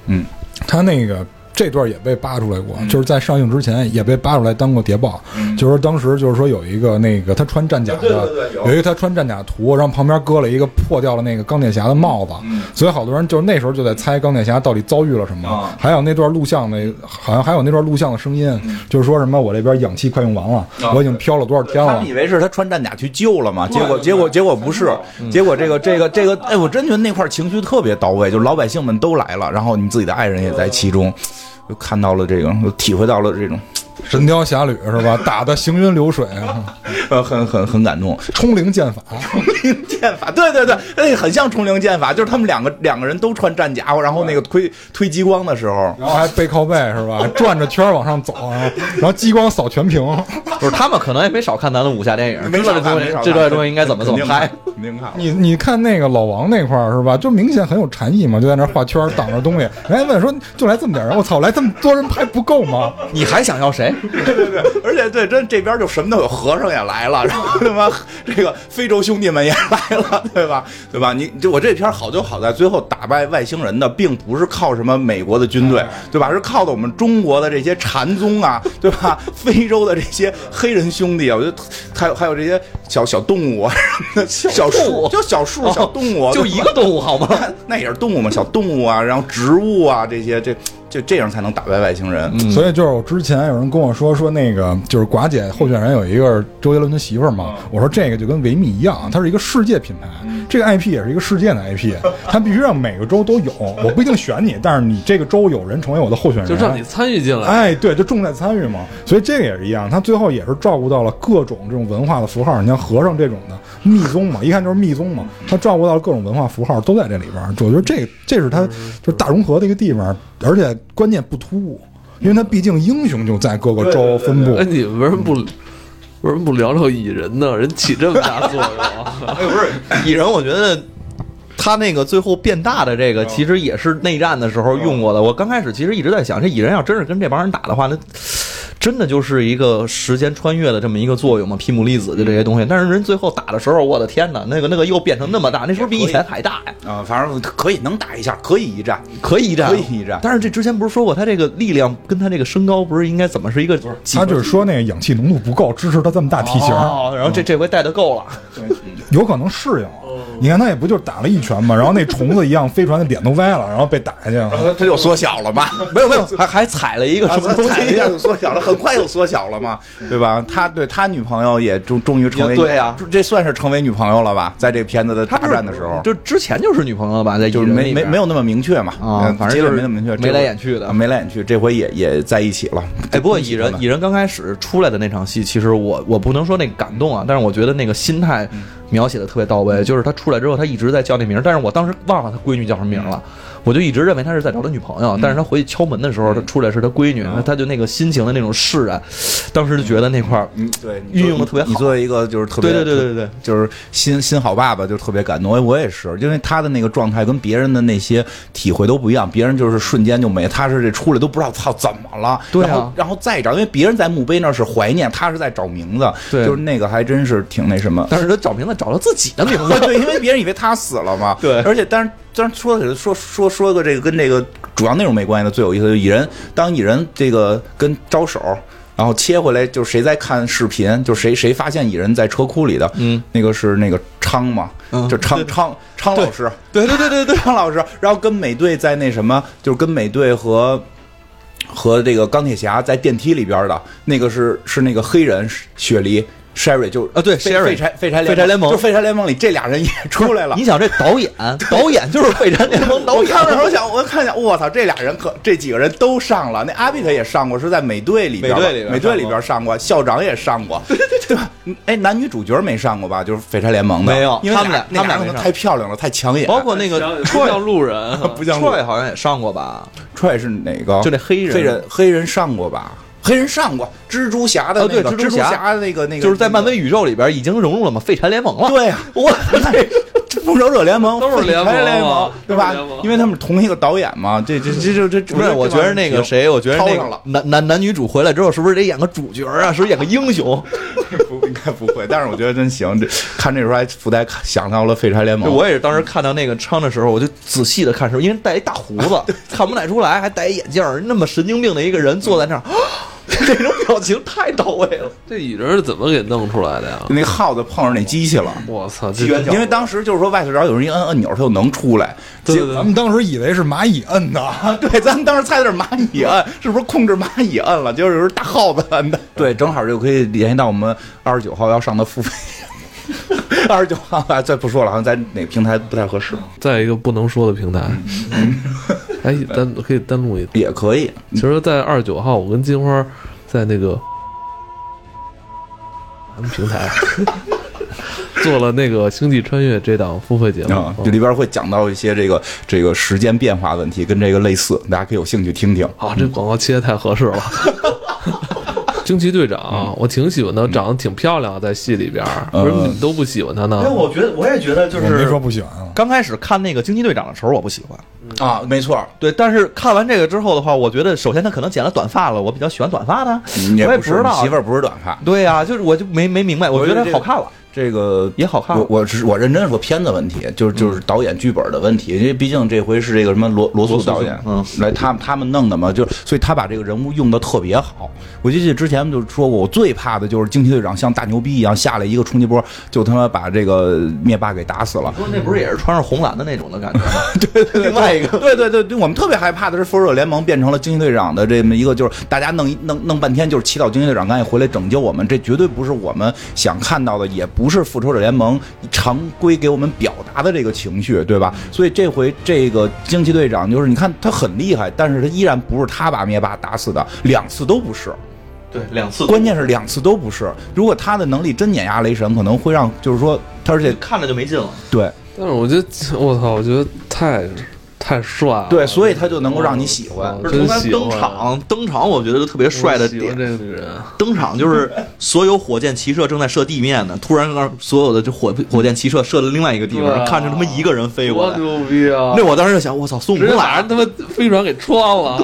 Speaker 4: 嗯，
Speaker 2: 他那个这段也被扒出来过，就是在上映之前也被扒出来当过谍报，就是说当时就是说有一个那个他穿战甲
Speaker 4: 嗯
Speaker 2: 的，
Speaker 4: 对对对有
Speaker 2: 有一个他穿战甲图，然后旁边搁了一个破掉了那个钢铁侠的帽子，
Speaker 4: 嗯
Speaker 2: 所以好多人就是那时候就在猜钢铁侠到底遭遇了什么。
Speaker 4: 啊
Speaker 2: 还有那段录像的，好像还有那段录像的声音，就是说什么我这边氧气快用完了，
Speaker 4: 嗯啊
Speaker 2: 我已经飘了多少
Speaker 3: 哦
Speaker 2: 天
Speaker 4: 他
Speaker 2: 了
Speaker 4: 们以。为是他穿战甲去救了嘛，结果结果结果不是，
Speaker 3: 嗯
Speaker 4: 结果这个这个这个，哎，我真觉得那块儿情绪特别到位，就是老百姓们都来了，然后你自己的爱人也在其中，
Speaker 3: 嗯
Speaker 4: 就看到了这个，就体会到了这种，
Speaker 2: 神雕侠侣是吧？打的行云流水 啊，
Speaker 4: 呃， 很很很感 动。
Speaker 2: 冲灵剑法。
Speaker 4: 冲灵剑法，对对对，哎，很像冲灵剑法，就是他们两个两个人都穿战甲，然后那个推推激光的时候，
Speaker 2: 然后还背靠背是吧？转着圈儿往上走，然后然后激光扫全屏。
Speaker 3: 不是他们可能也没少看咱的武侠电影，
Speaker 4: 没
Speaker 3: 知
Speaker 4: 少
Speaker 3: 嗯道这
Speaker 4: 看
Speaker 3: 东
Speaker 4: 没
Speaker 3: 西
Speaker 4: 少看
Speaker 3: 这段东西应该怎么怎么拍。
Speaker 4: 肯定看了。
Speaker 2: 你你看那个老王那块儿是吧？就明显很有禅意嘛，就在那儿画圈儿挡着东西。 人家问说就来这么点人，我操，来这么多人拍不够吗？
Speaker 3: 你还想要谁？
Speaker 4: 而且对，真这边就什么都有，和尚也来 了，然后他妈这个非洲兄弟们也来了， 对吧？对吧？你就我这片好就好在最后打败外星人的，并不是靠什么美国的军
Speaker 3: 哎
Speaker 4: 队，对吧？是靠的我们中国的这些禅宗啊， 对吧？非洲的这些黑人兄弟啊，我觉得还有还有这些小小动物啊，小
Speaker 3: 动
Speaker 4: 树
Speaker 3: 物哦
Speaker 4: 就小树小动物啊，
Speaker 3: 就
Speaker 4: 对吧
Speaker 3: 一个动物好吗？
Speaker 4: 那也是动物嘛，小动物啊，然后植物啊这些，这就这样才能打败外星人。
Speaker 3: 嗯
Speaker 1: 嗯
Speaker 2: 所以就是我之前有人跟我说说那个就是寡姐候选人有一个周杰伦的媳妇儿嘛，
Speaker 1: 嗯
Speaker 2: 我说这个就跟维密一样，啊它是一个世界品牌，这个 IP 也是一个世界的 IP，它必须让每个州都有。我不一定选你，但是你这个州有人成为我的候选人，
Speaker 1: 就让你参与进来。
Speaker 2: 哎，对，就重在参与嘛，所以这个也是一样，他最后也是照顾到了各种这种文化的符号。你像和尚这种的密宗嘛，一看就是密宗嘛，他照顾到了各种文化符号都在这里边儿。我觉得这这是他
Speaker 1: 嗯
Speaker 2: 就是大融合的一个地方，而且关键不突兀，因为他毕竟英雄就在各个州分布
Speaker 1: 哎，。你为什么不为什么不聊聊蚁人呢？人起这么大作用 啊，
Speaker 3: 哎，不是蚁人，我觉得他那个最后变大的
Speaker 4: 哦
Speaker 3: 这个，其实也是内战的时候用过的。我刚开始其实一直在想，这蚁人要真是跟这帮人打的话，那真的就是一个时间穿越的这么一个作用嘛，皮姆粒子的这些东西。但是人最后打的时候，我的天哪，那个那个又变成那么大，那是不是比以前还大呀？
Speaker 4: 啊、反正可以能打一下，可以一战，
Speaker 3: 可以一战，
Speaker 4: 可以一战
Speaker 3: 但是这之前不是说过，他这个力量跟他这个身高不是应该怎么是一个几
Speaker 2: 他就是说那个氧气
Speaker 4: 哦
Speaker 2: 浓度不够，支持他这么大体型，
Speaker 4: 嗯
Speaker 2: 嗯
Speaker 3: 哦，然后这这回带的够了，
Speaker 2: 有可能适应了。你看他也不就打了一拳嘛，然后那虫子一样，飞船的脸都歪了，然后被打下去了。
Speaker 4: 它它就缩小了 嘛，
Speaker 3: 没有没有，还还踩了一个
Speaker 4: 啊
Speaker 3: 什么
Speaker 4: 它
Speaker 3: 东
Speaker 4: 踩了一
Speaker 3: 西
Speaker 4: 下？就缩 小了，很快又缩小了嘛，对吧？他对他女朋友也终终于成为
Speaker 3: 也对啊
Speaker 4: 这这算是成为女朋友了吧？在这片子的
Speaker 3: 他
Speaker 4: 大战的时候，
Speaker 3: 就之前就是女朋友吧，在
Speaker 4: 就是没没没
Speaker 3: 有
Speaker 4: 有那么明确嘛，
Speaker 3: 啊
Speaker 4: 嗯
Speaker 3: 反正
Speaker 4: 结
Speaker 3: 就是
Speaker 4: 论没那么明确，
Speaker 3: 眉来眼去
Speaker 4: 这回
Speaker 3: 的
Speaker 4: 啊眉来眼去，这回也也在一起了。
Speaker 3: 哎，不过
Speaker 4: 恭喜
Speaker 3: 蚁
Speaker 4: 他
Speaker 3: 人
Speaker 4: 们
Speaker 3: 蚁人刚开始出来的那场戏，其实我我不能说那个感动啊，但是我觉得那个心态
Speaker 4: 嗯
Speaker 3: 描写的特别到位。就是他出来之后，他一直在叫那名儿，但是我当时忘了他闺女叫什么名儿了，
Speaker 4: 嗯
Speaker 3: 我就一直认为他是在找他女朋友。但是他回去敲门的
Speaker 4: 嗯
Speaker 3: 时候，他出来是他闺女，他就那个心情的那种释然，当时就觉得那块儿
Speaker 4: 嗯，对，
Speaker 3: 运用得特别好
Speaker 4: 你作为一个就是特别
Speaker 3: 对对对对对，
Speaker 4: 就是新新好爸爸就特别感动。哎，我也是，因为他的那个状态跟别人的那些体会都不一样，别人就是瞬间就没，他是这出来都不知道操怎么了，
Speaker 3: 对啊
Speaker 4: 然后然后再找，因为别人在墓碑那儿是怀念，他是在找名字，
Speaker 3: 对
Speaker 4: 就是那个还真是挺那什么。
Speaker 3: 但是他找名字找到自己的名字，
Speaker 4: 对，因为别人以为他死了嘛。
Speaker 3: 对
Speaker 4: 而且但是但是说起来说说说个这个跟这个主要内容没关系的最有意思，就是蚁人当蚁人这个跟招手。然后切回来，就是谁在看视频，就谁谁发现蚁人在车库里的，
Speaker 3: 嗯，
Speaker 4: 那个是那个昌嘛，
Speaker 3: 嗯
Speaker 4: 就昌昌昌老师，
Speaker 3: 对 对对对对，
Speaker 4: 汤老师，然后跟美队在那什么，就是跟美队和和这个钢铁侠在电梯里边的那个是是那个黑人雪梨 Sherry 就
Speaker 3: 啊对
Speaker 4: 废
Speaker 3: Sherry
Speaker 4: 废柴废柴
Speaker 3: 废柴联盟
Speaker 4: 就废柴联盟里这俩人也出来了。
Speaker 3: 你想这导 演，导演就是《废柴联盟》导
Speaker 4: 我
Speaker 3: 演
Speaker 4: 看，的时候想，我看想，我操，这俩人可这几个人都上了。那阿比特也上过，是在美队里边吧，
Speaker 3: 美队里边
Speaker 4: 美队里边上过，校长也上过，对对对吧？哎，男女主角没上过吧？就是废柴联盟的，
Speaker 3: 没有
Speaker 4: 因为
Speaker 3: 他们俩
Speaker 4: 那
Speaker 3: 他们俩
Speaker 4: 可
Speaker 3: 没
Speaker 4: 能
Speaker 3: 上
Speaker 4: 太漂亮了，太抢眼。
Speaker 3: 包括那个
Speaker 1: 不
Speaker 3: Troy
Speaker 1: 像路人，啊
Speaker 4: 不像路
Speaker 3: ，Troy 好像也上过吧？
Speaker 4: Troy 是哪个？
Speaker 3: 就那黑人
Speaker 4: 黑人黑人上过吧？黑人上过蜘蛛侠的
Speaker 3: 哦
Speaker 4: 那
Speaker 3: 对
Speaker 4: 个，
Speaker 3: 蜘蛛
Speaker 4: 蛛
Speaker 3: 侠
Speaker 4: 侠那个那个，
Speaker 3: 就是在漫威宇宙里边已经融入了嘛《废柴联盟》了。
Speaker 4: 对啊，
Speaker 3: 我
Speaker 4: 这复仇者联盟
Speaker 1: 都是联盟啊
Speaker 4: 复仇者联盟，对吧
Speaker 1: 都是联盟？
Speaker 4: 因为他们同一个导演嘛，这这这这这这，
Speaker 3: 啊不是，我觉得那个谁，我觉得那
Speaker 4: 抄上
Speaker 3: 个
Speaker 4: 了
Speaker 3: 男男男女主回来之后，是不是得演个主角啊？是不是演个英
Speaker 4: 哦
Speaker 3: 雄？
Speaker 4: 不应该不会，但是我觉得真行。这看这时候还附带想到了废柴联
Speaker 3: 就
Speaker 4: 盟，
Speaker 3: 我也是当时看到那个昌的时候，我就仔细的看时候，因为戴一大胡 子，看不太出来，还戴一眼镜儿，那么神经病的一个人坐在 那儿，这种表情太到位了。
Speaker 1: 这蚁人是怎么给弄出来的呀？
Speaker 4: 那耗子碰上那机器了。
Speaker 1: 我操，这
Speaker 3: 机缘巧合
Speaker 4: 因为当时就是说外头只要有人一摁按钮，它就能出来。
Speaker 1: 对
Speaker 4: 结
Speaker 1: 对
Speaker 2: 咱们当时以为是蚂蚁摁的，
Speaker 4: 对，咱们当时猜的是蚂蚁摁，是不是控制蚂蚁摁了？就是是大耗子摁的。对，正好就可以联系到我们二十九号要上的付费。二十九号啊，再不说了，好像在哪个平台不太合适，
Speaker 1: 在一个不能说的平台，
Speaker 3: 嗯
Speaker 1: 哎，单可以单录一。
Speaker 4: 也可以。
Speaker 1: 其实，在二十九号，我跟金花在那个咱们平台 做了那个《星际穿越》这档付费节目
Speaker 4: 啊，这里边会讲到一些这个这个时间变化问题，跟这个类似，大家可以有兴趣听听。
Speaker 1: 啊，这广告切的太合适了。 惊奇队长啊、我挺喜欢他，长得挺漂亮啊，在戏里边儿，
Speaker 4: 嗯
Speaker 1: 为什么你们都不喜欢他呢？
Speaker 4: 哎
Speaker 3: 我觉得，我也觉得，就
Speaker 2: 我没说不喜欢啊。
Speaker 3: 刚开始看那个惊奇队长的时候，我不喜欢。
Speaker 4: 啊，没错，
Speaker 3: 对，但是看完这个之后的话，我觉得首先他可能剪了短发了，我比较喜欢短发的，
Speaker 4: 嗯也
Speaker 3: 我也
Speaker 4: 不
Speaker 3: 不
Speaker 4: 是
Speaker 3: 知道
Speaker 4: 你媳妇儿不是短发，
Speaker 3: 对呀、就是我就没没明白，我觉得好看了，
Speaker 4: 这个
Speaker 3: 也好看
Speaker 4: 我
Speaker 3: 了。
Speaker 4: 我是我认真说片子问题，就是就是导演剧本的问题，因为毕竟这回是这个什么罗罗素导演，
Speaker 3: 嗯，
Speaker 4: 来他他们弄的嘛，就所以他把这个人物用的特别好。我记得之前就说过，我最怕的就是惊奇队长像大牛逼一样下来一个冲击波，就他妈把这个灭霸给打死了。
Speaker 3: 说那不是也是穿上红蓝的那种的感觉吗？
Speaker 4: 另外一个，对对对对，我们特别害怕的是复仇者联盟变成了惊奇队长的这么一个，就是大家弄一弄弄半天，就是祈祷惊奇队长赶紧回来拯救我们，这绝对不是我们想看到的，也不是复仇者联盟常规给我们表达的这个情绪，对吧？所以这回这个惊奇队长就是，你看他很厉害，但是他依然不是他把灭霸打死的，两次都不是。
Speaker 3: 对，两次
Speaker 4: 关键是两次都不是。如果他的能力真碾压雷神，可能会让就是说他而且
Speaker 3: 看着就没劲了。
Speaker 4: 对
Speaker 1: 但是我觉得，我操，我觉得太太帅了。
Speaker 4: 对，所以他就能够让你喜欢。
Speaker 1: 我
Speaker 3: 就是从
Speaker 1: 真
Speaker 3: 他
Speaker 1: 喜欢
Speaker 3: 登场，登场我觉得就特别帅的
Speaker 1: 我喜欢
Speaker 3: 点，
Speaker 1: 这个女人，
Speaker 3: 登场就是所有火箭骑射正在射地面呢，突然让所有的这火火箭骑射射到另外一个地
Speaker 1: 对
Speaker 3: 方，
Speaker 1: 啊
Speaker 3: 看着他妈一个人飞过
Speaker 1: 多
Speaker 3: 来，
Speaker 1: 牛逼啊！
Speaker 3: 那我当时就想，我操，孙悟
Speaker 1: 直
Speaker 3: 空
Speaker 1: 接
Speaker 3: 来
Speaker 1: 把
Speaker 3: 了
Speaker 1: 人他妈飞船给穿了，啊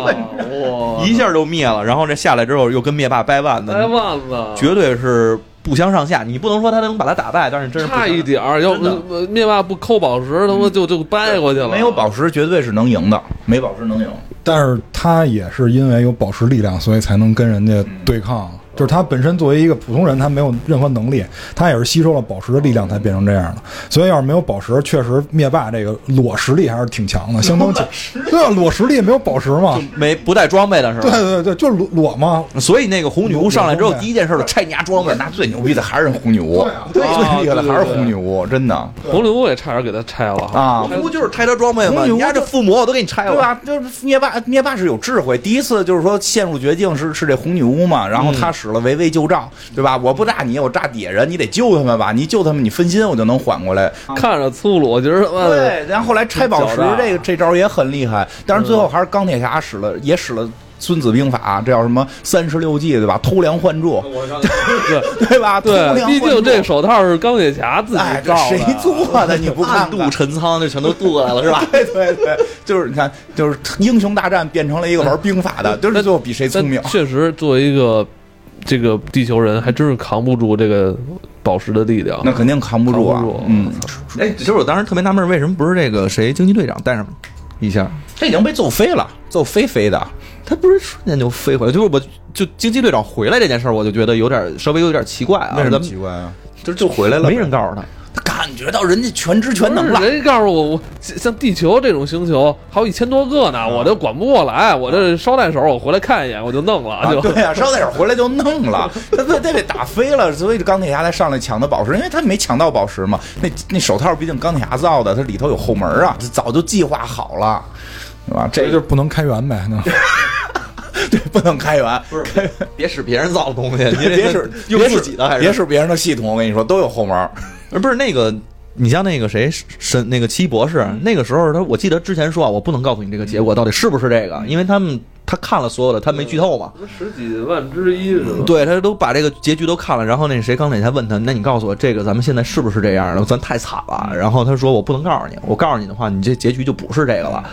Speaker 1: 哇！
Speaker 3: 一下就灭了，然后这下来之后又跟灭霸掰腕子，
Speaker 1: 哎腕子，
Speaker 3: 绝对是不相上下。你不能说他能把他打败，但是真是不
Speaker 1: 差
Speaker 3: 相
Speaker 1: 一点儿，要不呃灭霸不抠宝石，
Speaker 3: 嗯
Speaker 1: 他妈就就掰过去了。
Speaker 4: 没有宝石绝对是能赢的，没宝石能赢。
Speaker 2: 嗯但是他也是因为有宝石力量，所以才能跟人家对抗。就是他本身作为一个普通人，他没有任何能力，他也是吸收了宝石的力量才变成这样的。所以要是没有宝石，确实灭霸这个裸实力还是挺强的，相当强。对啊，裸实力没有宝石嘛？
Speaker 5: 没不带装备的是
Speaker 2: 对
Speaker 5: 吧？
Speaker 2: 对对，就裸裸嘛。
Speaker 5: 所以那个红女巫上来之后，第一件事就拆你家装备，
Speaker 4: 那最牛逼的还是红女巫，最厉害的还是红女巫，真的
Speaker 1: 红女巫也差点给他拆了哈。
Speaker 4: 啊。
Speaker 5: 那不就是啊拆他装备吗？
Speaker 4: 红女巫
Speaker 5: 你家这附魔我都给你拆
Speaker 4: 对
Speaker 5: 了。
Speaker 4: 吧？就是灭霸，灭霸是有智慧。第一次就是说陷入绝境是是这红女巫嘛，然后他使了围魏救赵，对吧？我不炸你，我炸底下人，你得救他们吧？你救他们，你分心，我就能缓过来。
Speaker 1: 看着粗鲁，我觉得他妈的
Speaker 4: 对，然后后来拆宝石
Speaker 1: 这
Speaker 4: 这个这招也很厉害，但是最后还是钢铁侠使了，也使了《孙子兵法》，啊这叫什么三十六计，对吧？偷梁换柱， 对吧？偷梁
Speaker 1: 对，
Speaker 4: 换
Speaker 1: 毕
Speaker 4: 柱
Speaker 1: 竟这手套是钢铁侠自己
Speaker 4: 哎，这
Speaker 1: 造的，
Speaker 4: 谁做的？你不看
Speaker 5: 暗
Speaker 4: 看
Speaker 5: 度陈仓，这全都渡过来了是吧？
Speaker 4: 对对对，就是你看，就是英雄大战变成了一个玩兵法的，就是最后比谁聪明
Speaker 1: 但。确实，作为一个这个地球人，还真是扛不住这个宝石的力量。
Speaker 4: 那肯定扛不住啊
Speaker 1: 扛不住！
Speaker 4: 嗯，
Speaker 3: 哎，其实我当时特别纳闷，为什么不是这个谁惊奇队长带上一下？
Speaker 4: 这已经被揍飞了，揍飞飞的。
Speaker 3: 他不是瞬间就飞回来？就是我就惊奇队长回来这件事儿，我就觉得有点稍微有点奇怪啊。咱们
Speaker 4: 怪啊？
Speaker 3: 就就回来了，没人告诉他。
Speaker 4: 他感觉到人家全知全能
Speaker 1: 不
Speaker 4: 了
Speaker 1: 是，人家告诉我，我像地球这种星球还有一千多个
Speaker 4: 啊
Speaker 1: 呢，我这管不过来，我这捎带手我回来看一眼我就弄了，
Speaker 4: 啊
Speaker 1: 就、
Speaker 4: 对 啊，捎带手回来就弄了，他他他被打飞了，所以钢铁侠才上来抢的宝石，因为他没抢到宝石嘛。那那手套毕竟钢铁侠造的，它里头有后门啊，
Speaker 3: 嗯
Speaker 4: 这早就计划好了，对吧？这
Speaker 2: 就
Speaker 4: 就 是
Speaker 2: 不能开源呗，那
Speaker 4: 对，不能开源，
Speaker 3: 不是，别使别人造的东西，你这
Speaker 4: 别是
Speaker 3: 用
Speaker 4: 别
Speaker 3: 自
Speaker 4: 是
Speaker 3: 己的还
Speaker 4: 别
Speaker 3: 是？
Speaker 4: 是别人的系统，我跟你说都有后门。
Speaker 3: 呃不是那个，你像那个谁沈那个奇异博士，那个时候他我记得之前说啊，我不能告诉你这个结果到底是不是这个，因为他们他看了所有的，他没剧透嘛。
Speaker 1: 十几万之一是
Speaker 4: 嗯
Speaker 1: 吧？
Speaker 3: 对他都把这个结局都看了，然后那谁钢铁侠问他，那你告诉我这个咱们现在是不是这样了？咱太惨了。然后他说我不能告诉你，我告诉你的话，你这结局就不是这个了。